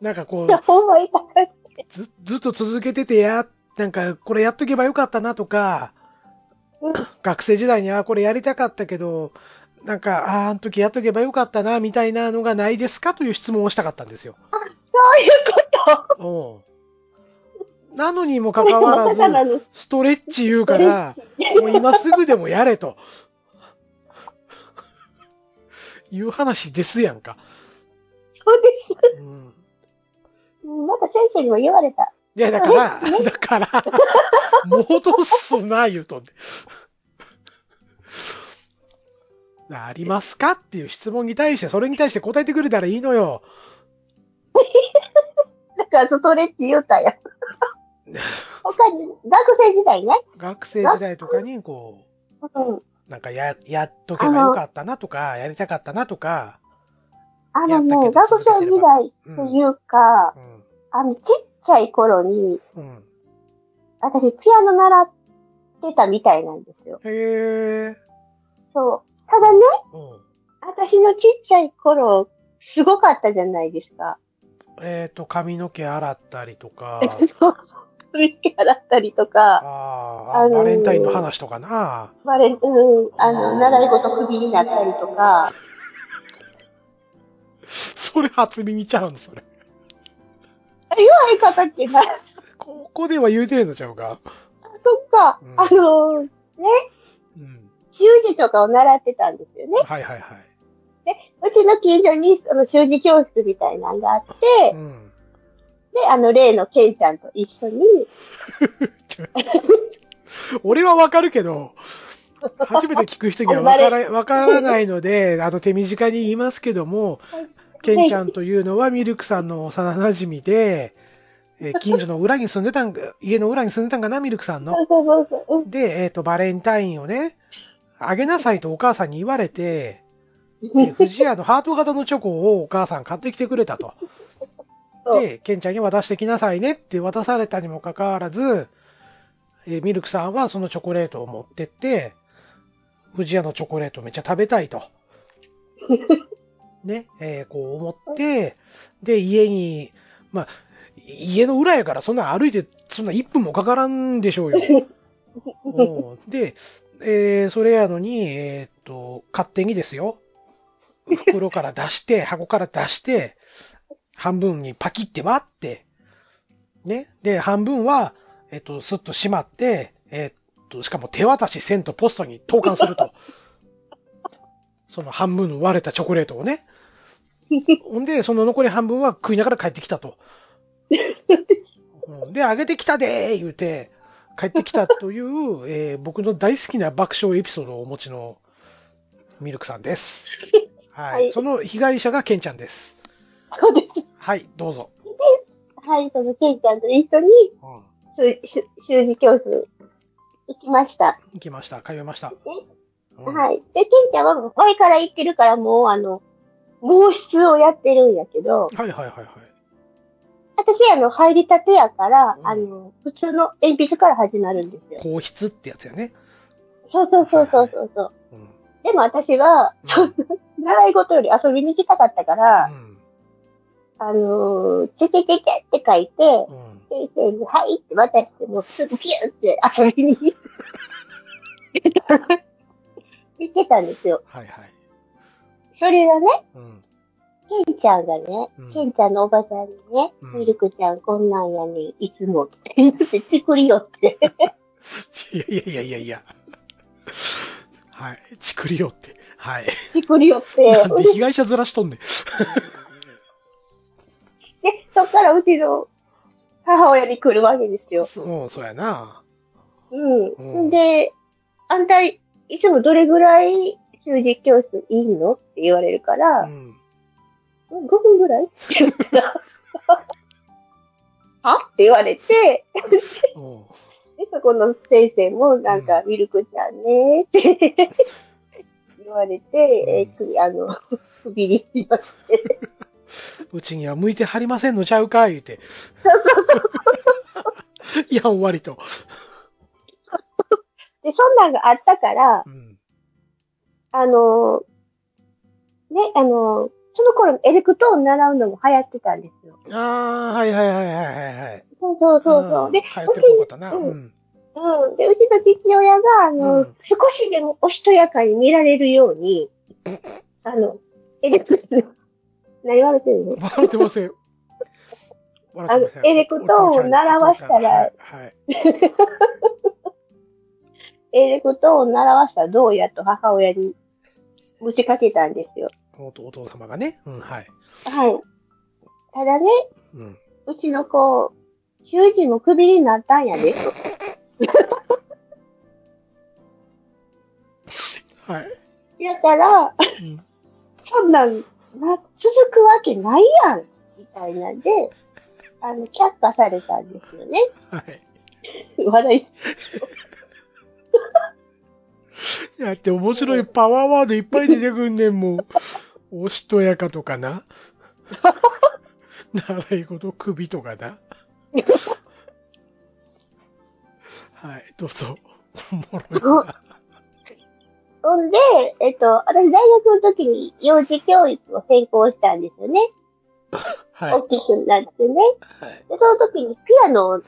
Speaker 2: なんかこう
Speaker 1: いや、、ほんま痛かった。
Speaker 2: ずずっと続けててや、なんかこれやっとけばよかったなとか
Speaker 1: うん、
Speaker 2: 学生時代にあこれやりたかったけど、なんか、ああ、あの時やっとけばよかったな、みたいなのがないですかという質問をしたかったんですよ。
Speaker 1: そういうこ
Speaker 2: おうなのにも
Speaker 1: と
Speaker 2: かかわらず
Speaker 1: これ、も魚の
Speaker 2: ストレッチ言うから、もう今すぐでもやれと。 <laughs> いう話ですやんか。
Speaker 1: そうです。
Speaker 2: うん、
Speaker 1: うんなんか先生にも言われた。
Speaker 2: いや、だから、だから、戻すな、言うとん <laughs> で。ありますかっていう質問に対して、それに対して答えてくれたらいいのよ。
Speaker 1: だからストレッチ言うたん
Speaker 2: <laughs>
Speaker 1: や。他に、学生時代ね。
Speaker 2: 学生時代とかに、こ
Speaker 1: うん。
Speaker 2: う、なんかや、やっとけばよかったなとか、やりたかったなとか、
Speaker 1: あの
Speaker 2: や
Speaker 1: ね、
Speaker 2: ったけど
Speaker 1: 学生時代
Speaker 2: う
Speaker 1: と
Speaker 2: ん、
Speaker 1: いうか、
Speaker 2: うん、
Speaker 1: あの、ちっちゃい頃に、
Speaker 2: うん。
Speaker 1: 私、ピアノ習ってたみたいなんですよ。
Speaker 2: へえ、
Speaker 1: そう。ただね、
Speaker 2: うん。
Speaker 1: 私のちっちゃい頃、すごかったじゃないですか。
Speaker 2: えっ、と、髪の毛洗ったりと
Speaker 1: <laughs>
Speaker 2: か、
Speaker 1: そう。髪の毛洗ったりとか、
Speaker 2: あー
Speaker 1: あ
Speaker 2: あ、
Speaker 1: のー
Speaker 2: バレンタインの話とかな。 <laughs>
Speaker 1: バレ、うん、あの、習い事クビになったりとか、
Speaker 2: それ初耳ちゃうんそれ。
Speaker 1: そういう方ってな、 <laughs>
Speaker 2: ここでは言うてんのちゃうか。
Speaker 1: そっか、
Speaker 2: うん
Speaker 1: あの、
Speaker 2: うん。
Speaker 1: 習字とかを習ってたんですよね。
Speaker 2: はいはいはい。
Speaker 1: うちの近所に、その、習字教室みたいなのがあって
Speaker 2: う、ん。
Speaker 1: で、あの、例のケンちゃんと一緒に、
Speaker 2: ちょ俺はわかるけど、初めて聞く
Speaker 1: <laughs>
Speaker 2: 人にはわからわからないので、 <laughs> あの手短に言いますけど
Speaker 1: <laughs>
Speaker 2: も、ケンちゃんというのはミルクさんの幼馴染みで、えー近所の裏に住んでたんか、家の裏に住んでたんかな、ミルクさんの
Speaker 1: そ。うそうそうそう。うん
Speaker 2: で、えっ、と、バレンタインをね、あげなさいとお母さんに言われて、で不二家のハート型のチョコをお母さん買ってきてくれたと。
Speaker 1: そう
Speaker 2: で、ケンちゃんに渡してきなさいねって渡されたにもかかわらず、えーミルクさんはそのチョコレートを持ってって、不二家のチョコレートめっちゃ食べたいと。ね、えーこう思って、で、家に、まあ、家の裏やからそんな歩いて、そんな1分もかからんでしょうよ。おうで、えーそれやのに、えーっと、勝手にですよ。袋から出して、箱から出して、半分にパキって割って、ね。で、半分は、えっと、スッとしまって、えっと、しかも手渡しせんとポストに投函する <laughs> と。その半分の割れたチョコレートをね。ほんで、その残り半分は食いながら帰ってきた <laughs> と。うんで、あげてきたでー言うて、帰ってきたという、えー僕の大好きな爆笑エピソードをお持ちのミルクさんです。はい。
Speaker 1: はい
Speaker 2: その被害者がケンちゃんです。
Speaker 1: そうです。
Speaker 2: はい、どうぞ。
Speaker 1: はい、そのケンちゃんと一緒に、
Speaker 2: うん
Speaker 1: 習習習字教室行きました。
Speaker 2: 行きました。通いました。うん
Speaker 1: はい。で、ケンちゃんは前から行ってるから、もうあの、毛筆をやってるんやけど、
Speaker 2: はいはいはいはい。
Speaker 1: 私、あの、入りたてやから、
Speaker 2: うん
Speaker 1: あの、普通の鉛筆から始まるんですよ。
Speaker 2: 皇室ってやつやね。
Speaker 1: そうそうそうそうそうそう。
Speaker 2: うん。
Speaker 1: でも私は、ちょっと、習い事より遊びに行きたかったから、あのー、チェチェチェチェって書いて、
Speaker 2: うん。うん。
Speaker 1: 先生に、はいって渡して、もうすぐピューって遊びに <laughs> 行ってたんですよ。
Speaker 2: はいはい。
Speaker 1: それがね、
Speaker 2: うん。 <laughs>
Speaker 1: ケンちゃんがね、
Speaker 2: うん
Speaker 1: ケンちゃんのおばちゃんにね、
Speaker 2: うん
Speaker 1: ミルクちゃんこんなんやねん、いつもって <laughs> 言って、チクりよって。
Speaker 2: いやいやいやいやいや。はい。ちくりよって。はい。
Speaker 1: チクりよって。
Speaker 2: <laughs> なんで被害者ずらしとんねん。
Speaker 1: で、そっからうちの母親に来るわけですよ。
Speaker 2: そう、そうやな。
Speaker 1: うん。
Speaker 2: うん
Speaker 1: で、あんた、いつもどれぐらい習字教室いいのって言われるか
Speaker 2: う
Speaker 1: ら、
Speaker 2: ん。
Speaker 1: うん、5分ぐらいって言ったら、はって言われて、
Speaker 2: おう
Speaker 1: で、そこの先生も、なんか、
Speaker 2: う
Speaker 1: ミルクちゃんねーって <laughs> 言われて、えーくあの、首にしまして。
Speaker 2: うちには向いてはりませんのちゃうか言うて。 <laughs> いや、終わりと。
Speaker 1: <laughs> で、そんなんがあったから、
Speaker 2: うん。
Speaker 1: あのーね、あのーその頃、エレクトーン習うのも流行ってたんですよ。
Speaker 2: ああ、はいはいはいはいはいはい。
Speaker 1: そうそうそうそう。で、う
Speaker 2: ん
Speaker 1: ち、
Speaker 2: 通ってこよかったな。うん。
Speaker 1: うん。で、うちの父親が、あのー
Speaker 2: うん
Speaker 1: 少しでもおしとやかに見られるように、あの、エレクトーン、何笑ってるの
Speaker 2: 笑ってません。笑ってません
Speaker 1: あのエレクトーンを習わしたら。
Speaker 2: はい。
Speaker 1: エレクトーンを習わせたらどうやと母親に持ちかけたんですよ。
Speaker 2: お父お父様がね。うん、はい。
Speaker 1: はい。ただね、
Speaker 2: うん。
Speaker 1: うちの子、習字もクビになったんやで、と。
Speaker 2: はい。
Speaker 1: だから、
Speaker 2: うん
Speaker 1: そんなん、な、続くわけないやんみたいなんで、あの、却下されたんですよね。 <laughs>
Speaker 2: はい。
Speaker 1: 笑い。
Speaker 2: いやだって面白いパワーワードいっぱい出てくんねん、もう。おしとやかとか
Speaker 1: <laughs>
Speaker 2: な。習い事首と
Speaker 1: <laughs>
Speaker 2: かな。はい、どうぞ。おも
Speaker 1: <laughs>
Speaker 2: ろいな。
Speaker 1: ほんで、えっと、私大学の時に幼児教育を専攻したんですよね。
Speaker 2: はい。
Speaker 1: 大きくなってね。
Speaker 2: はい、
Speaker 1: で、その時にピアノを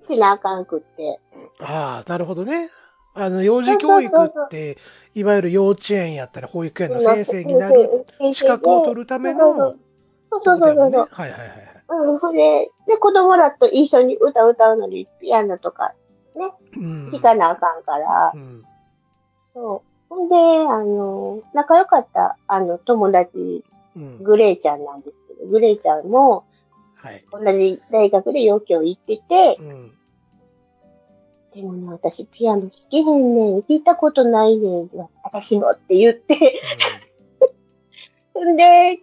Speaker 1: しなあかんくって。
Speaker 2: ああ、なるほどね。あの、幼児教育って、いわゆる幼稚園やったり保育園の先生になり、資格を取るための、
Speaker 1: そうそうそうそう。そう
Speaker 2: はいはいはいはい。
Speaker 1: うん、ほんで、で、子供らと一緒に歌歌うのに、ピアノとか
Speaker 2: うん。
Speaker 1: 弾かなあかんから、
Speaker 2: うん。
Speaker 1: そう。ほんで、あの、仲良かった、あの、友達、
Speaker 2: うん。
Speaker 1: グレイちゃんなんですけど、グレイちゃんも、
Speaker 2: はい。
Speaker 1: 同じ大学で幼教行ってて
Speaker 2: う、ん。
Speaker 1: でもな、私ピアノ弾けへんねん。弾いたことないねん。私もって言って。 <laughs> んで、ね、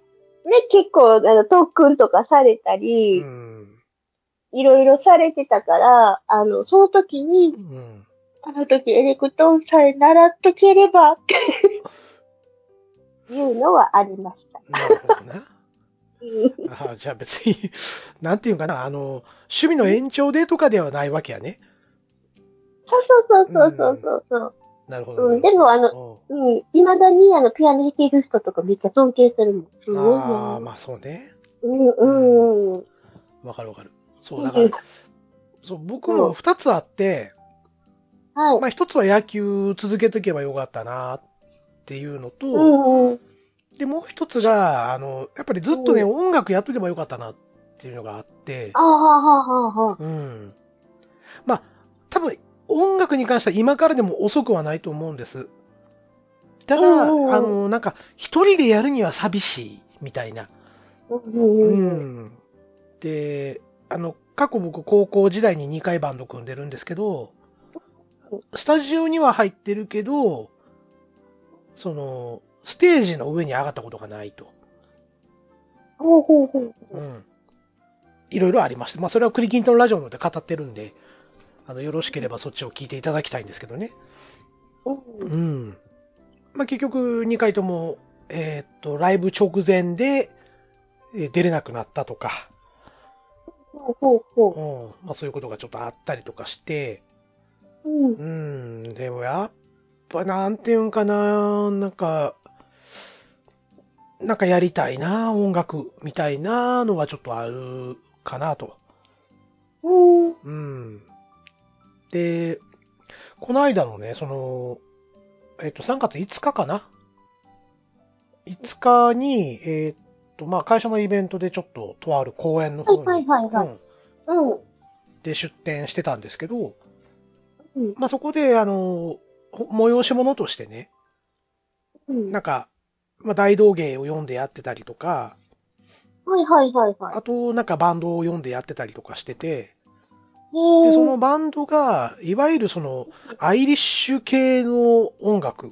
Speaker 1: 結構、あの、特訓とかされた
Speaker 2: う
Speaker 1: り、
Speaker 2: ん。
Speaker 1: いろいろされてたから、あの、その時に
Speaker 2: う、ん。
Speaker 1: あの時エレクトーンさえ習っとければ、っていうのはありました。 <laughs>
Speaker 2: なるほどな。
Speaker 1: うん
Speaker 2: ああじゃあ別に、なんていうかな、あの、趣味の延長でとかではないわけやね。
Speaker 1: そうそうそうそうそうそう。
Speaker 2: なるほど
Speaker 1: う
Speaker 2: ね。
Speaker 1: ん、でもあの、
Speaker 2: うん
Speaker 1: うん、いまだにあの、ピアノ弾ける人とかめっちゃ尊敬するもん。すごい
Speaker 2: ああ、
Speaker 1: な。
Speaker 2: まあそうね。
Speaker 1: うんうんうん。
Speaker 2: わかるわかる。そう、だから、そう僕も二つあって、
Speaker 1: はい。
Speaker 2: まあ一つは野球続けていけばよかったなっていうのと、
Speaker 1: うんうん。
Speaker 2: で、もう一つが、あの、やっぱりずっとね、
Speaker 1: う
Speaker 2: 音楽やっとけばよかったなっていうのがあって
Speaker 1: あ、あ、はあ、はあ、は
Speaker 2: うん。まあ、多分、音楽に関しては今からでも遅くはないと思うんです。た
Speaker 1: う
Speaker 2: だ、
Speaker 1: んうんうん
Speaker 2: あの、なんか、一人でやるには寂しいみたいな。
Speaker 1: あ。うんう
Speaker 2: うん
Speaker 1: うん。
Speaker 2: ん。で、あの、過去僕高校時代に2回バンド組んでるんですけど、スタジオには入ってるけど、その、ステージの上に上がったことがないと。
Speaker 1: ほうほうほう。
Speaker 2: うん。いろいろありまして、まあそれはクリキントンラジオので語ってるんで、あの、よろしければそっちを聞いていただきたいんですけどね。
Speaker 1: うん
Speaker 2: うん。まあ結局2回とも、えーっと、ライブ直前で、えー出れなくなったとか、
Speaker 1: ほうほうほ
Speaker 2: うんまあ、そういうことがちょっとあったりとかして、
Speaker 1: う。うん。
Speaker 2: うん、でもやっぱなんていうんかな、なんか、なんかやりたいな、音楽みたいなのはちょっとあるかなと。
Speaker 1: うん。
Speaker 2: うん。で、この間のね、その、えっと、3月5日かな ?5 日に、えっと、まあ、会社のイベントでちょっと、とある公演の方に、
Speaker 1: はいはいはいはい
Speaker 2: うん
Speaker 1: うん。
Speaker 2: で出展してたんですけど、
Speaker 1: うん
Speaker 2: まあ、そこで、あの、ほ催し物としてね、
Speaker 1: うん。
Speaker 2: なんか、まあ、大道芸を読んでやってたりとか、
Speaker 1: はいはいはいはい。
Speaker 2: あと、なんかバンドを読んでやってたりとかしてて、
Speaker 1: へ
Speaker 2: で、
Speaker 1: え。
Speaker 2: そのバンドが、いわゆるその、アイリッシュ系の音楽、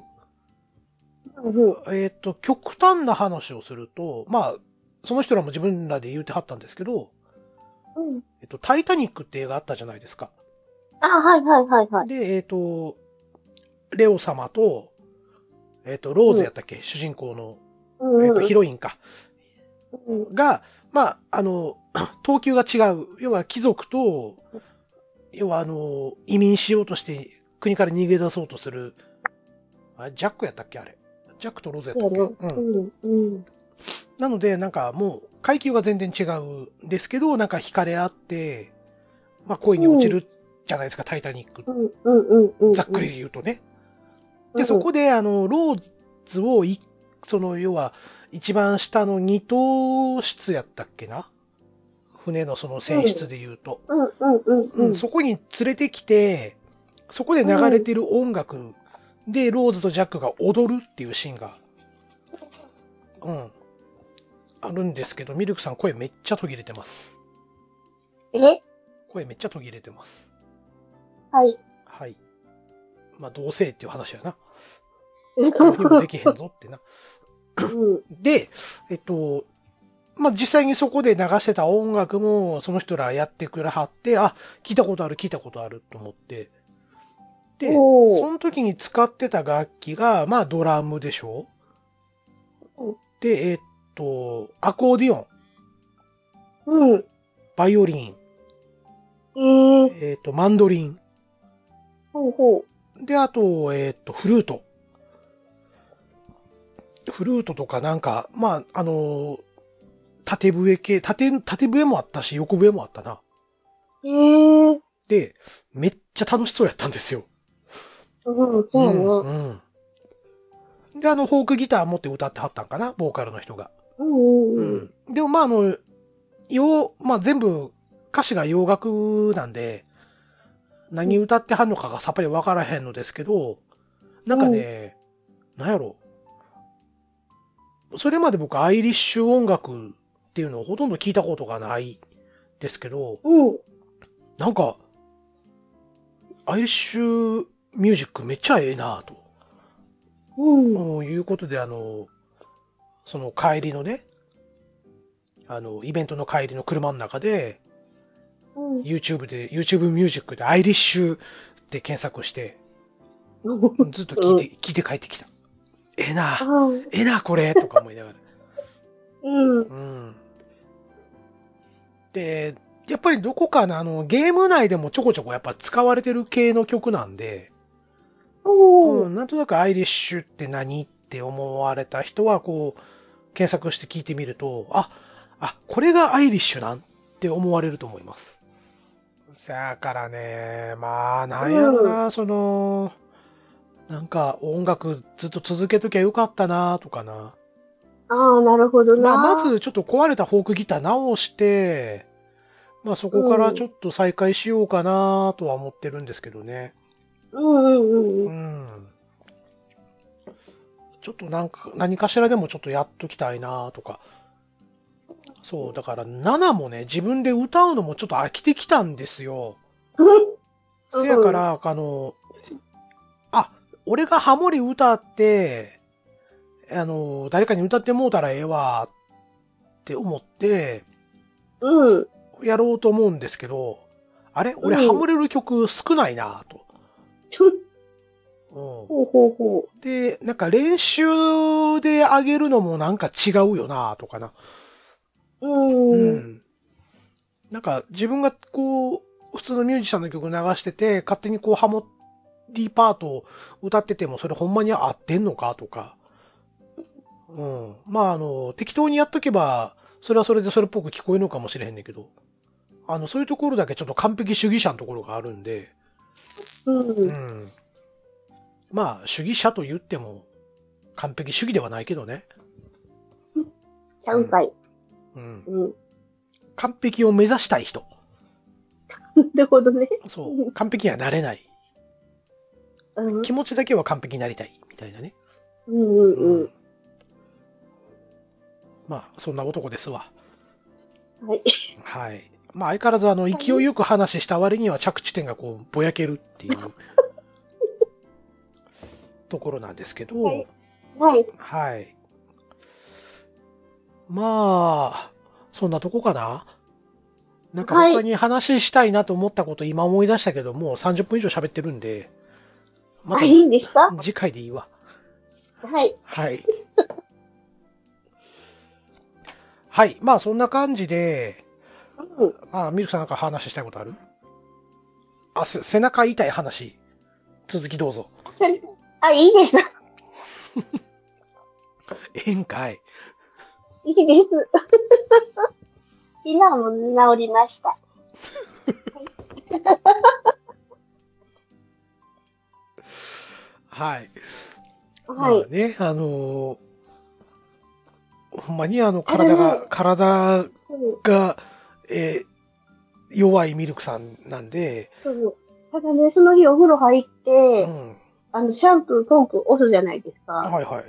Speaker 1: うんうん。
Speaker 2: えっ、と、極端な話をすると、まあ、その人らも自分らで言うてはったんですけど、
Speaker 1: うん。
Speaker 2: えっと、タイタニックって映画あったじゃないですか。
Speaker 1: あ、はいはいはいはい。
Speaker 2: で、えっ、と、レオ様と、えっ、と、ローズやったっけ、主人公の、
Speaker 1: うん。
Speaker 2: えっ、と、ヒロインか。
Speaker 1: うん。
Speaker 2: が、まあ、あの、 <clears throat> 等級が違う。要は貴族と、要はあの、移民しようとして国から逃げ出そうとする。あれジャックやったっけあれ。ジャックとローズやったっけ、
Speaker 1: う
Speaker 2: うん。
Speaker 1: ん。うん。
Speaker 2: なので、なんかもう階級が全然違うんですけど、なんか惹かれ合って、まあ恋に落ちるじゃないですか、タイタニック。
Speaker 1: うん。うん。うん。うん。
Speaker 2: ざっくり。言うとね。
Speaker 1: う
Speaker 2: で、
Speaker 1: ん
Speaker 2: そこで、あの、ローズをい、その、要は、一番下の二等室やったっけな船のその船室で言うと。
Speaker 1: うん。うん。うん。
Speaker 2: う、
Speaker 1: うんん。
Speaker 2: そこに連れてきて、そこで流れてる音楽で、ローズとジャックが踊るっていうシーンが、うん、あるんですけど、ミルクさん声めっちゃ途切れてます。
Speaker 1: え
Speaker 2: 声めっちゃ途切れてます。
Speaker 1: はい。
Speaker 2: はい。まあ、どうせっていう話や
Speaker 1: <laughs>
Speaker 2: な。何にもできへんぞってな。
Speaker 1: うん。
Speaker 2: で、えっと、まあ、実際にそこで流してた音楽も、その人らやってくれはって、あ、聞いたことある、聞いたことあると思って。で、
Speaker 1: おー
Speaker 2: その時に使ってた楽器が、まあ、ドラムでしょ
Speaker 1: うん
Speaker 2: で、えっと、アコーディオン、
Speaker 1: うん。
Speaker 2: バイオリン、
Speaker 1: ええ。
Speaker 2: えっと、マンドリン、
Speaker 1: ほうほ
Speaker 2: で、あと、えっと、フルート。フルートとかなんか、まあ、あの、縦笛系、縦、縦笛もあったし、横笛もあったな。
Speaker 1: う。へえ。
Speaker 2: で、めっちゃ楽しそうやったんですよ。
Speaker 1: うん。そうやね。
Speaker 2: ん。うんで、あの、フォークギター持って歌ってはったんかな、ボーカルの人が。
Speaker 1: うん。うん。うん。
Speaker 2: でも、まあ、あの、洋、まあ、全部、歌詞が洋楽なんで、何歌ってはんのかがさっぱりわからへんのですけど、なんかね、なんやろ。それまで僕、アイリッシュ音楽っていうのをほとんど聞いたことがないですけど、
Speaker 1: うん。
Speaker 2: なんか、アイリッシュミュージックめっちゃええなと。
Speaker 1: うん。
Speaker 2: うんいうことで、あの、その帰りのね、あの、イベントの帰りの車の中で、
Speaker 1: うん。
Speaker 2: YouTube で、YouTube ミュージックでアイリッシュって検索して、ずっと聞いて、聞いて帰ってきた。ええなええなこれとか思いながら。
Speaker 1: うん。
Speaker 2: うん。で、やっぱりどこかのあの、ゲーム内でもちょこちょこやっぱ使われてる系の曲なんで、
Speaker 1: お
Speaker 2: う
Speaker 1: ー
Speaker 2: ん、なんとなくアイリッシュって何って思われた人は、こう、検索して聞いてみると、あ、あ、これがアイリッシュなんって思われると思います。だからね、まあ、なんやろな、その、なんか音楽ずっと続けときゃよかったな、とかな。
Speaker 1: ああ、なるほど
Speaker 2: ま
Speaker 1: な。
Speaker 2: あ、ま、ずちょっと壊れたフォークギター直して、まあそこからちょっと再開しようかなとは思ってるんですけどね。
Speaker 1: うんうんう。
Speaker 2: うんん。ちょっとなんか、何かしらでもちょっとやっときたいなとか。そう、だから7もね、自分で歌うのもちょっと飽きてきたんですよ。
Speaker 1: うん
Speaker 2: せやから、あの、あ、俺がハモリ歌って、あの、誰かに歌ってもうたらええわって思って、
Speaker 1: うん。
Speaker 2: やろうと思うんですけど、あれ俺
Speaker 1: うん
Speaker 2: ハモれる曲少ないなぁ
Speaker 1: ちょっ
Speaker 2: と、
Speaker 1: ほうほうほ
Speaker 2: うん。で、なんか練習で上げるのもなんか違うよなぁとかな。
Speaker 1: う。うん。
Speaker 2: なんか自分がこう、普通のミュージシャンの曲流してて、勝手にこうハモリパートを歌ってても、それほんまに合ってんのかとか。うん。まああの、適当にやっとけば、それはそれでそれっぽく聞こえるのかもしれへんねんけど、あの、そういうところだけちょっと完璧主義者のところがあるんで、
Speaker 1: う。
Speaker 2: うんん。まあ、主義者と言っても、完璧主義ではないけどね。
Speaker 1: ちゃうかい。
Speaker 2: うん。
Speaker 1: うん。
Speaker 2: 完璧を目指したい人。
Speaker 1: なるほどね。
Speaker 2: そう。完璧にはなれない。
Speaker 1: うん。
Speaker 2: 気持ちだけは完璧になりたい。みたいなね。
Speaker 1: うんうんう
Speaker 2: まあ、そんな男ですわ。
Speaker 1: ん。はい。
Speaker 2: はい。まあ、相変わらず、あの、勢いよく話した割には着地点がこう、ぼやけるっていうところなんですけど、
Speaker 1: はいはい。
Speaker 2: はい。まあ、そんなとこかな。なんか
Speaker 1: はい
Speaker 2: 他に話したいなと思ったこと今思い出したけど、もう30分以上喋ってるんで、ま
Speaker 1: あ、いいんですか
Speaker 2: た次回でいいわ。
Speaker 1: はい。
Speaker 2: はい。はい。まあそんな感じで、
Speaker 1: うん。
Speaker 2: まあミルクさんなんか話したいことあるあ、せ背中痛い話。続きどうぞ。
Speaker 1: あ、いいです。
Speaker 2: ええんかい。
Speaker 1: いいです。今も治りました。
Speaker 2: はい。
Speaker 1: はい。
Speaker 2: まあね、あのーほんまにあの、体
Speaker 1: あれ
Speaker 2: が、体
Speaker 1: うん
Speaker 2: が、えー弱いミルクさんなんで、
Speaker 1: そうただね、その日お風呂入って、
Speaker 2: うん。
Speaker 1: あの、シャンプー、ポンプ押すじゃないですか。
Speaker 2: はいはい。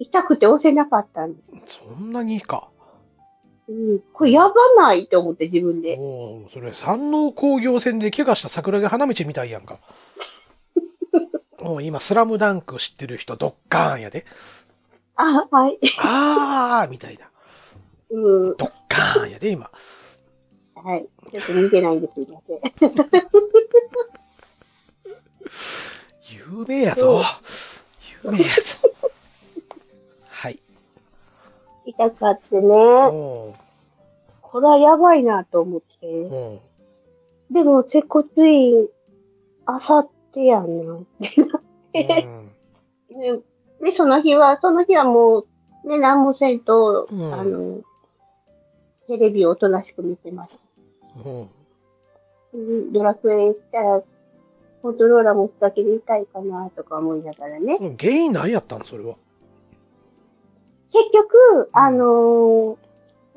Speaker 1: 痛くて押せなかったんです。
Speaker 2: そんなにか。
Speaker 1: うん。これやばないって思って自分で。
Speaker 2: もう、それ、山王工業戦で怪我した桜木花道みたいや
Speaker 1: <laughs>
Speaker 2: んか。もう今、スラムダンク知ってる人、ドッカーンやで。
Speaker 1: あ、はい。
Speaker 2: あーみたいな。
Speaker 1: うん。
Speaker 2: ドッカーンやで、今。
Speaker 1: はい。ちょっと見てないんです <laughs> みません。
Speaker 2: 有名やぞ。有名やぞ。はい。
Speaker 1: 痛かってね、
Speaker 2: も
Speaker 1: これはやばいなと思っ
Speaker 2: う、
Speaker 1: て。
Speaker 2: も
Speaker 1: でも、接骨院、あさってやんな。
Speaker 2: う。うん
Speaker 1: ね <laughs> で、その日は、その日はもう、ね、何もせんと、
Speaker 2: うん
Speaker 1: あの、テレビをおとなしく見てました。
Speaker 2: も
Speaker 1: うんドラクエしたら、コントローラー持つだけで痛いかなとか思いながらね
Speaker 2: う。。原因何やったんそれは。
Speaker 1: 結局、あのー、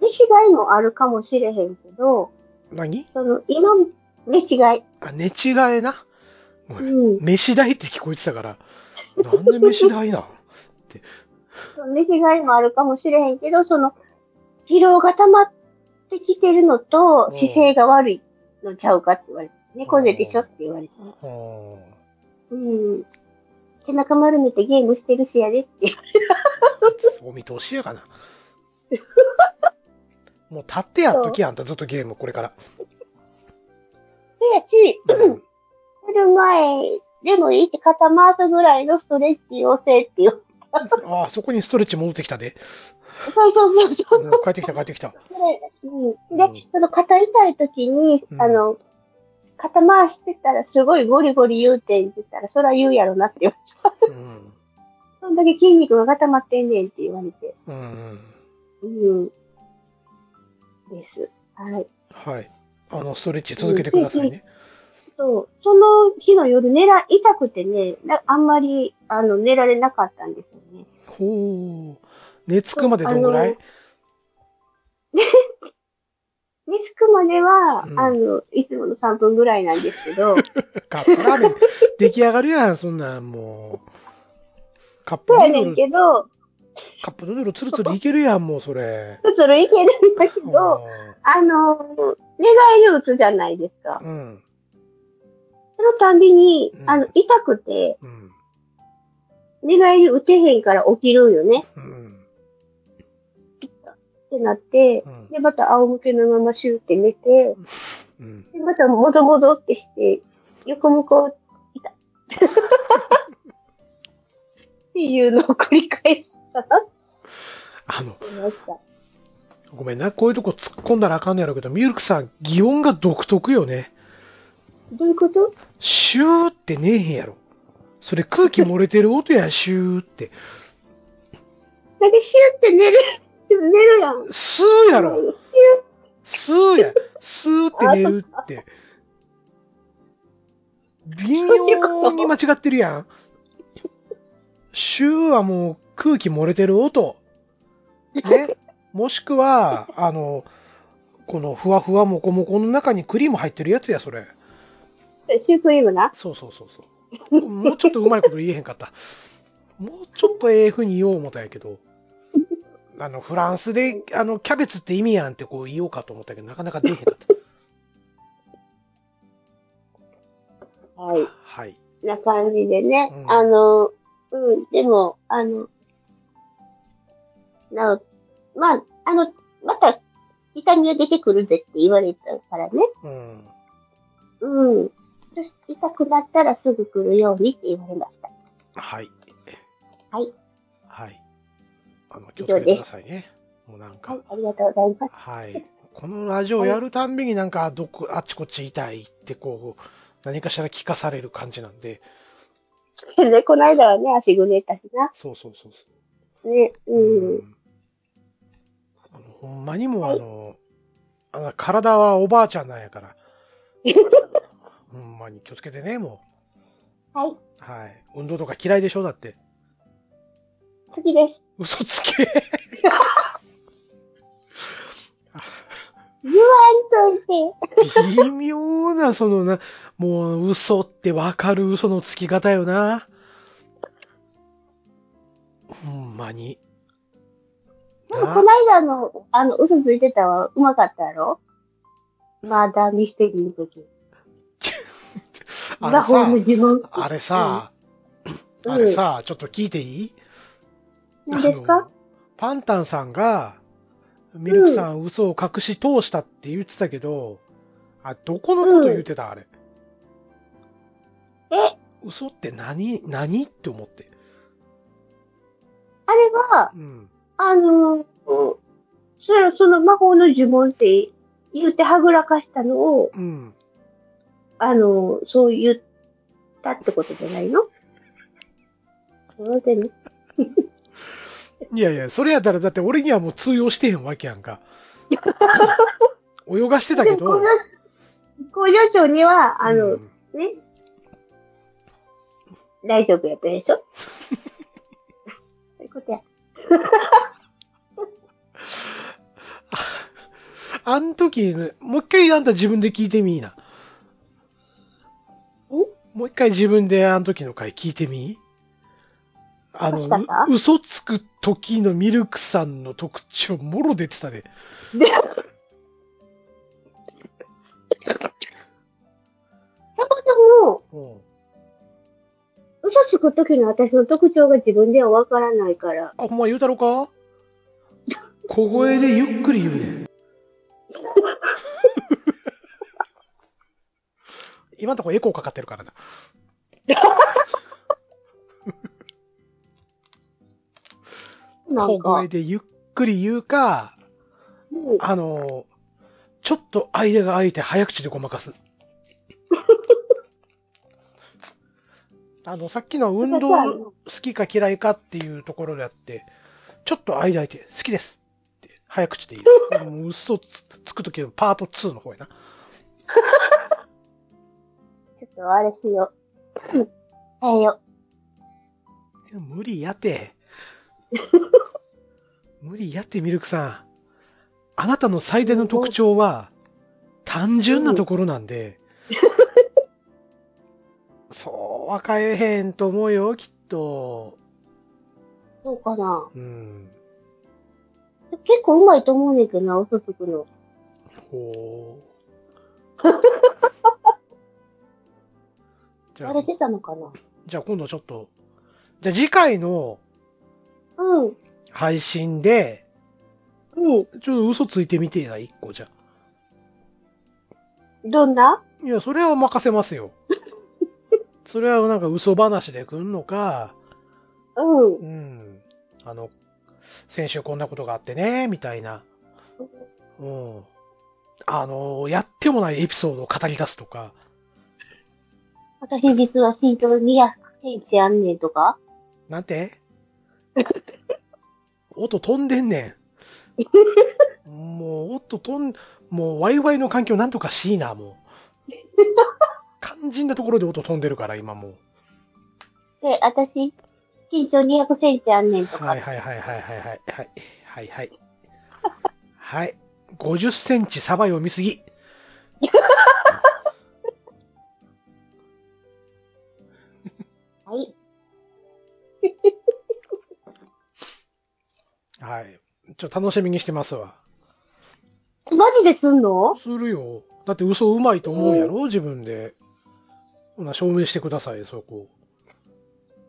Speaker 1: 寝違いもあるかもしれへんけど、
Speaker 2: 何
Speaker 1: その、今、寝違い。
Speaker 2: あ、寝違えな。ご
Speaker 1: う
Speaker 2: め
Speaker 1: ん。
Speaker 2: ん飯代って聞こえてたから、なんで飯代なん
Speaker 1: 寝違いもあるかもしれへんけど、その、疲労が溜まってきてるのと、
Speaker 2: うん
Speaker 1: 姿勢が悪いのちゃうかって言われて、猫背でしょって言われて。
Speaker 2: う
Speaker 1: う
Speaker 2: ん
Speaker 1: ん。背中丸めてゲームしてるしやでって言われ
Speaker 2: お見通しやかな。もう立ってやっときやあんた、ずっとゲーム、これから。
Speaker 1: てやし、来る前でもいいって肩回すぐらいのストレッチをせって言われて。
Speaker 2: ああ、そこにストレッチ戻ってきたで。
Speaker 1: そうそうそうそう。
Speaker 2: うん帰ってきた、帰ってきた。
Speaker 1: うん、で、その肩痛い時に、
Speaker 2: うん
Speaker 1: あの、肩回してたらすごいゴリゴリ言うてんって言ったら、そら言うやろなって言われて。
Speaker 2: うん。
Speaker 1: そんだけ筋肉が固まってんねんって言われて。
Speaker 2: うん。
Speaker 1: うん。です。はい。
Speaker 2: はい。あの、ストレッチ続けてくださいね。
Speaker 1: そう、その日の夜、寝ら、痛くてね、なあんまり、あの、寝られなかったんですよね。
Speaker 2: ほう。寝つくまでどんぐらい
Speaker 1: 寝つくまでは、
Speaker 2: うん
Speaker 1: あの、いつもの3分ぐらいなんですけど、
Speaker 2: カップラーメン、出来上がるやん、そんなん、もう。カップ
Speaker 1: そうや
Speaker 2: ヌ
Speaker 1: ね
Speaker 2: ー
Speaker 1: ん
Speaker 2: ドル、
Speaker 1: けど、
Speaker 2: カップヌードルつるつるいけるやん、もうそれ。
Speaker 1: うつるいけるんだけど、あの、寝返り打つじゃないですか
Speaker 2: う。ん。
Speaker 1: そのたんびに
Speaker 2: う、ん
Speaker 1: あの、痛くて、
Speaker 2: うん。
Speaker 1: 寝返り打てへんから起きるんよね、
Speaker 2: うん。
Speaker 1: ってなって、
Speaker 2: うん。
Speaker 1: で、また仰向けのままシューって寝て、
Speaker 2: うん。
Speaker 1: で、またもぞもぞってして、横向こう、いた。っていうのを繰り返したなって
Speaker 2: あの、
Speaker 1: 思いました。
Speaker 2: ごめんな、こういうとこ突っ込んだらあかんのやろうけど、ミュールクさん、擬音が独特よね。
Speaker 1: どういうこと
Speaker 2: シューってねえへんやろ。それ空気漏れてる音やん、シューって。
Speaker 1: だってシューって寝る、 <laughs> 寝るやん。
Speaker 2: スーやろ。スーや。スーって寝るって。微妙に間違ってるやん。シューはもう空気漏れてる音。ね。もしくは、あの、このふわふわもこもこの中にクリーム入ってるやつや、それ。
Speaker 1: シュークリームな。
Speaker 2: そうそうそうそう。もうちょっとうまいこと言えへんかった。もうちょっとええふうに言おう思ったんやけど、あの、フランスで、あの、キャベツって意味やんってこう言おうかと思ったけど、なかなか出えへんかっ
Speaker 1: はい。
Speaker 2: た。はい。
Speaker 1: な感じでね、
Speaker 2: うん
Speaker 1: あの、うん、でも、あの、なお、まあ、あの、また、痛みが出てくるぜって言われたからね、
Speaker 2: うん。
Speaker 1: うん。痛くなったらすぐ来るようにって言われました。
Speaker 2: はい。
Speaker 1: はい。
Speaker 2: はい。あの、気をつけてくださいね。もうなん
Speaker 1: は
Speaker 2: か
Speaker 1: い、、ありがとうございます。
Speaker 2: はい。このラジオやるたんびになんか、どこ、あっちこっち痛いってこう、何かしら聞かされる感じなんで、
Speaker 1: で、この間はね、足ぐねったしな。
Speaker 2: そうそうそうそう。
Speaker 1: ね、うん。
Speaker 2: あのほんまにもう
Speaker 1: は
Speaker 2: あ
Speaker 1: い
Speaker 2: の、あの体はおばあちゃんなんやから、ほんまに気をつけてね、も
Speaker 1: <laughs> はい、
Speaker 2: う。はい。運動とか嫌いでしょだって。
Speaker 1: 次です。
Speaker 2: 嘘つけ。
Speaker 1: 言わんといて。
Speaker 2: 微妙な、そのな、もう嘘ってわかる嘘のつき方よな。ほんまに。
Speaker 1: でも、この間の、あの、嘘ついてたはうまかったやろまだミステリーの時。
Speaker 2: あ
Speaker 1: 魔
Speaker 2: れ
Speaker 1: 法の
Speaker 2: さ、
Speaker 1: 呪文。
Speaker 2: あれさ、
Speaker 1: うん
Speaker 2: あれさ、ちょっと聞いていい
Speaker 1: 何です
Speaker 2: あ
Speaker 1: か
Speaker 2: のパンタンさんが、ミルクさん嘘を隠し通したって言ってたけど、あ、どこのこと言ってた、あれ。
Speaker 1: え、
Speaker 2: 嘘って何何って思って。
Speaker 1: あれは、
Speaker 2: うん。
Speaker 1: あのーそれその魔法の呪文って言ってはぐらかしたのを、
Speaker 2: うん。
Speaker 1: あのーそう言ったってことじゃないのそうでね。
Speaker 2: いやいや、それやったら、だって俺にはもう通用してへんわけやんか。泳がしてたけ
Speaker 1: でも
Speaker 2: ど。
Speaker 1: 工場、工場長には、あの、
Speaker 2: うん
Speaker 1: ね、大丈夫やったで <laughs> しょそういうことや。
Speaker 2: あん時、もう一回あんた自分で聞いてみいな。もう一回自分であの時の回聞いてみいあの、
Speaker 1: もしかした
Speaker 2: う嘘つく時のミルクさんの特徴、もろ出てたで。
Speaker 1: で
Speaker 2: うん。
Speaker 1: 嘘つくときの私の特徴が自分ではわからないから。
Speaker 2: あ、ほんま言うたろか小声でゆっくり言うねん。 <laughs> 今のところエコーかかってるからな。
Speaker 1: な
Speaker 2: 小
Speaker 1: んか
Speaker 2: 声、でゆっくり言うか、
Speaker 1: うん
Speaker 2: あの、ちょっと間が空いて早口でごまかす。 <laughs> あの、さっきの運動好きか嫌いかっていうところであって、ちょっと間空いて好きですって早口で言う。もう嘘つつくときのパート2の方やな。
Speaker 1: ちょっとあれしよう。変えよ
Speaker 2: いや無理やて。無理やて、ミルクさん。あなたの最大の特徴は、単純なところなんで。そうは変えへんと思うよ、きっと。
Speaker 1: う。そうかな。
Speaker 2: うん。
Speaker 1: 結構うまいと思うねんけどな、嘘つくの。
Speaker 2: ほう。じゃ
Speaker 1: バ
Speaker 2: あ
Speaker 1: れ、てたのかな。
Speaker 2: じゃあ今度ちょっと。じゃあ次回の
Speaker 1: うん。
Speaker 2: 配信で、
Speaker 1: うん。
Speaker 2: ちょっと嘘ついてみてえな、一個じゃ。
Speaker 1: どんない
Speaker 2: や、それは任せま
Speaker 1: <laughs>
Speaker 2: すよ。それはなんか嘘話で来んのか、
Speaker 1: うん。
Speaker 2: うん。あの、先週こんなことがあってね、みたいな。うん。あの、やってもないエピソードを語り出すとか。
Speaker 1: 私実は身長200センチあんねんとか
Speaker 2: なんて <laughs> 音飛んでんねん。もう、音飛ん、もう Wi-Fi の環境なんとかしいな、もう。肝心なところで音飛んでるから、今もう。
Speaker 1: で、私、身長200センチあんねんとか。
Speaker 2: はいはいはいはいはいはいはいはいはいはい50センチサバ読みすぎ
Speaker 1: はい。
Speaker 2: はいちょっと楽しみにしてますわ
Speaker 1: マジですんの
Speaker 2: するよだって嘘うまいと思うやろ自分でほな証明してくださいそこ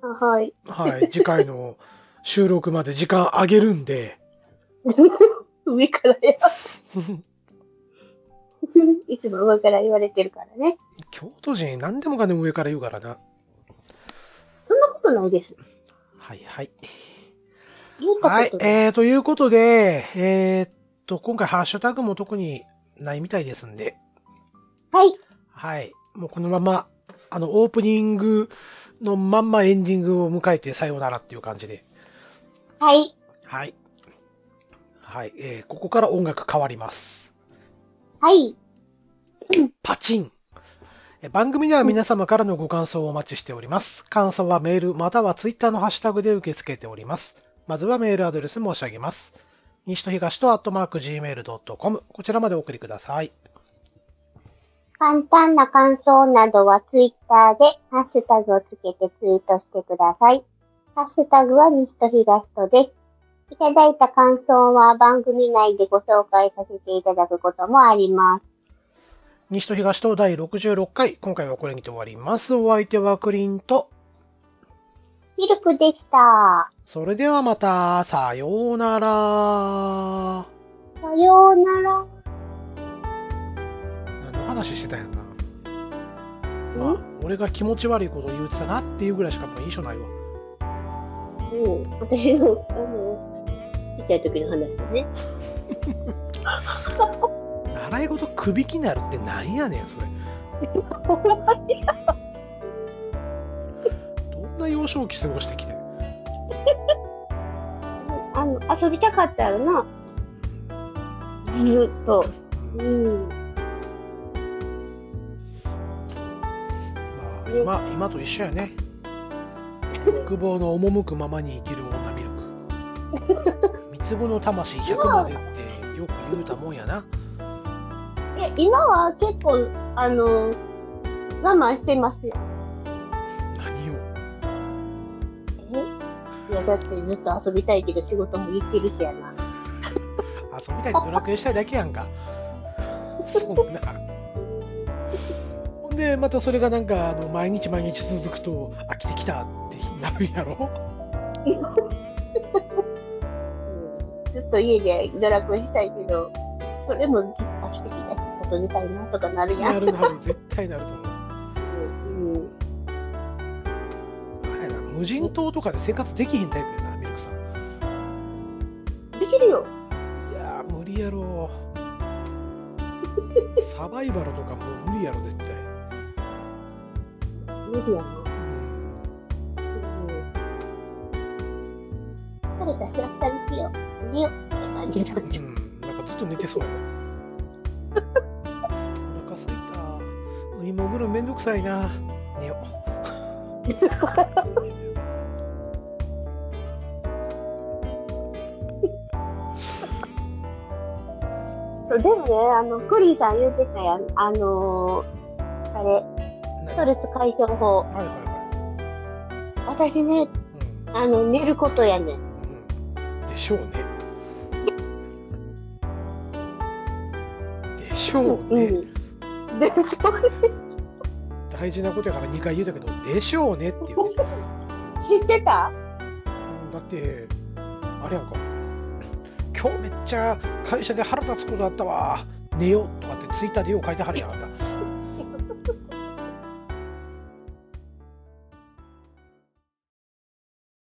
Speaker 1: あはい。
Speaker 2: はい次回の収録まで時間あげるんで
Speaker 1: 上からや。 <laughs> いつも上から言われてるからね。
Speaker 2: 京都人何でもかんでも上から言うからな
Speaker 1: そんなことないです。
Speaker 2: はいはい
Speaker 1: 言うた
Speaker 2: はい
Speaker 1: ことない。
Speaker 2: えー、ということでえー、っと今回ハッシュタグも特にないみたいですんで
Speaker 1: はい。
Speaker 2: はい。もうこのまま、あの、オープニングのまんまエンディングを迎えてさようならっていう感じで。
Speaker 1: はい。
Speaker 2: はい。はい。えー、ここから音楽変わります。
Speaker 1: はい。
Speaker 2: パチン。え番組では皆様からのご感想をお待ちしております。感想はメールまたはツイッターのハッシュタグで受け付けております。まずはメールアドレス申し上げます。西と東とアットマーク Gmail.com こちらまでお送りください。
Speaker 1: 簡単な感想などはツイッターでハッシュタグをつけてツイートしてください。ハッシュタグは西と東とです。いただいた感想は番組内でご紹介させていただくこともあります。
Speaker 2: 西と東と第66回、今回はこれにて終わります。お相手はクリンと、
Speaker 1: ミルクでした。
Speaker 2: それではまた、さようなら。
Speaker 1: さようなら。
Speaker 2: 何の話してたんやな。
Speaker 1: うん
Speaker 2: あ、俺が気持ち悪いこと言うてたなっていうぐらいしかもう印象ないわ。
Speaker 1: うん。私の、あの、小さい時の話だね。
Speaker 2: 習い事くびきなるってなんやねん、それ。どんな幼少期過ごしてきて。
Speaker 1: あの、遊びたかったよな。ずっと。
Speaker 2: うん
Speaker 1: うん。
Speaker 2: まあ、今、今と一緒やね。欲望の赴くままに生きる女ミルク。三つ子の魂100までってよく言うたもんやな。
Speaker 1: え、今は結構、あの、我慢してますよ。
Speaker 2: 何を。
Speaker 1: えいや、だってずっと遊びたいけど仕事も行ってるしやな。
Speaker 2: 遊びたいってドラクエしたいだけやんか。そんな。ほんで、またそれがなんか、あの毎日毎日続くと、飽きてきたってなるんやろ
Speaker 1: うんちょっと家で堕落したいけど、それもきっと飽きてきたし、外出たいなとかなるやん。
Speaker 2: なるなる、絶対なると思う。
Speaker 1: うん
Speaker 2: あれやな無人島とかで生活できへんタイプやな、ミルクさん。
Speaker 1: できるよ。
Speaker 2: いやー、無理やろ。サバイバルとかもう無理やろ、絶対。
Speaker 1: 無理やな。
Speaker 2: うん
Speaker 1: 誰かしら二人しよう。寝ようって感じになっちゃう。
Speaker 2: うん、なんかずっと寝てそうやな。お腹すいた。海潜るのめんどくさいな。寝よう。
Speaker 1: そうでもね、あの、クリーさん言うてたやん。あのー、あれ、ストレス解消法。
Speaker 2: はいはいは
Speaker 1: 私ね、
Speaker 2: い。うん
Speaker 1: あの、寝ることやねん。
Speaker 2: うんでしょうね。でしょうね。
Speaker 1: うん。で、そう
Speaker 2: 大事なことやから2回言うたけど、でしょうねっていうね、
Speaker 1: 知ってた
Speaker 2: うんだって、あれやんか、今日めっちゃ会社で腹立つことあったわ、寝ようとかってツイッターでよう書いてはるやんあんた。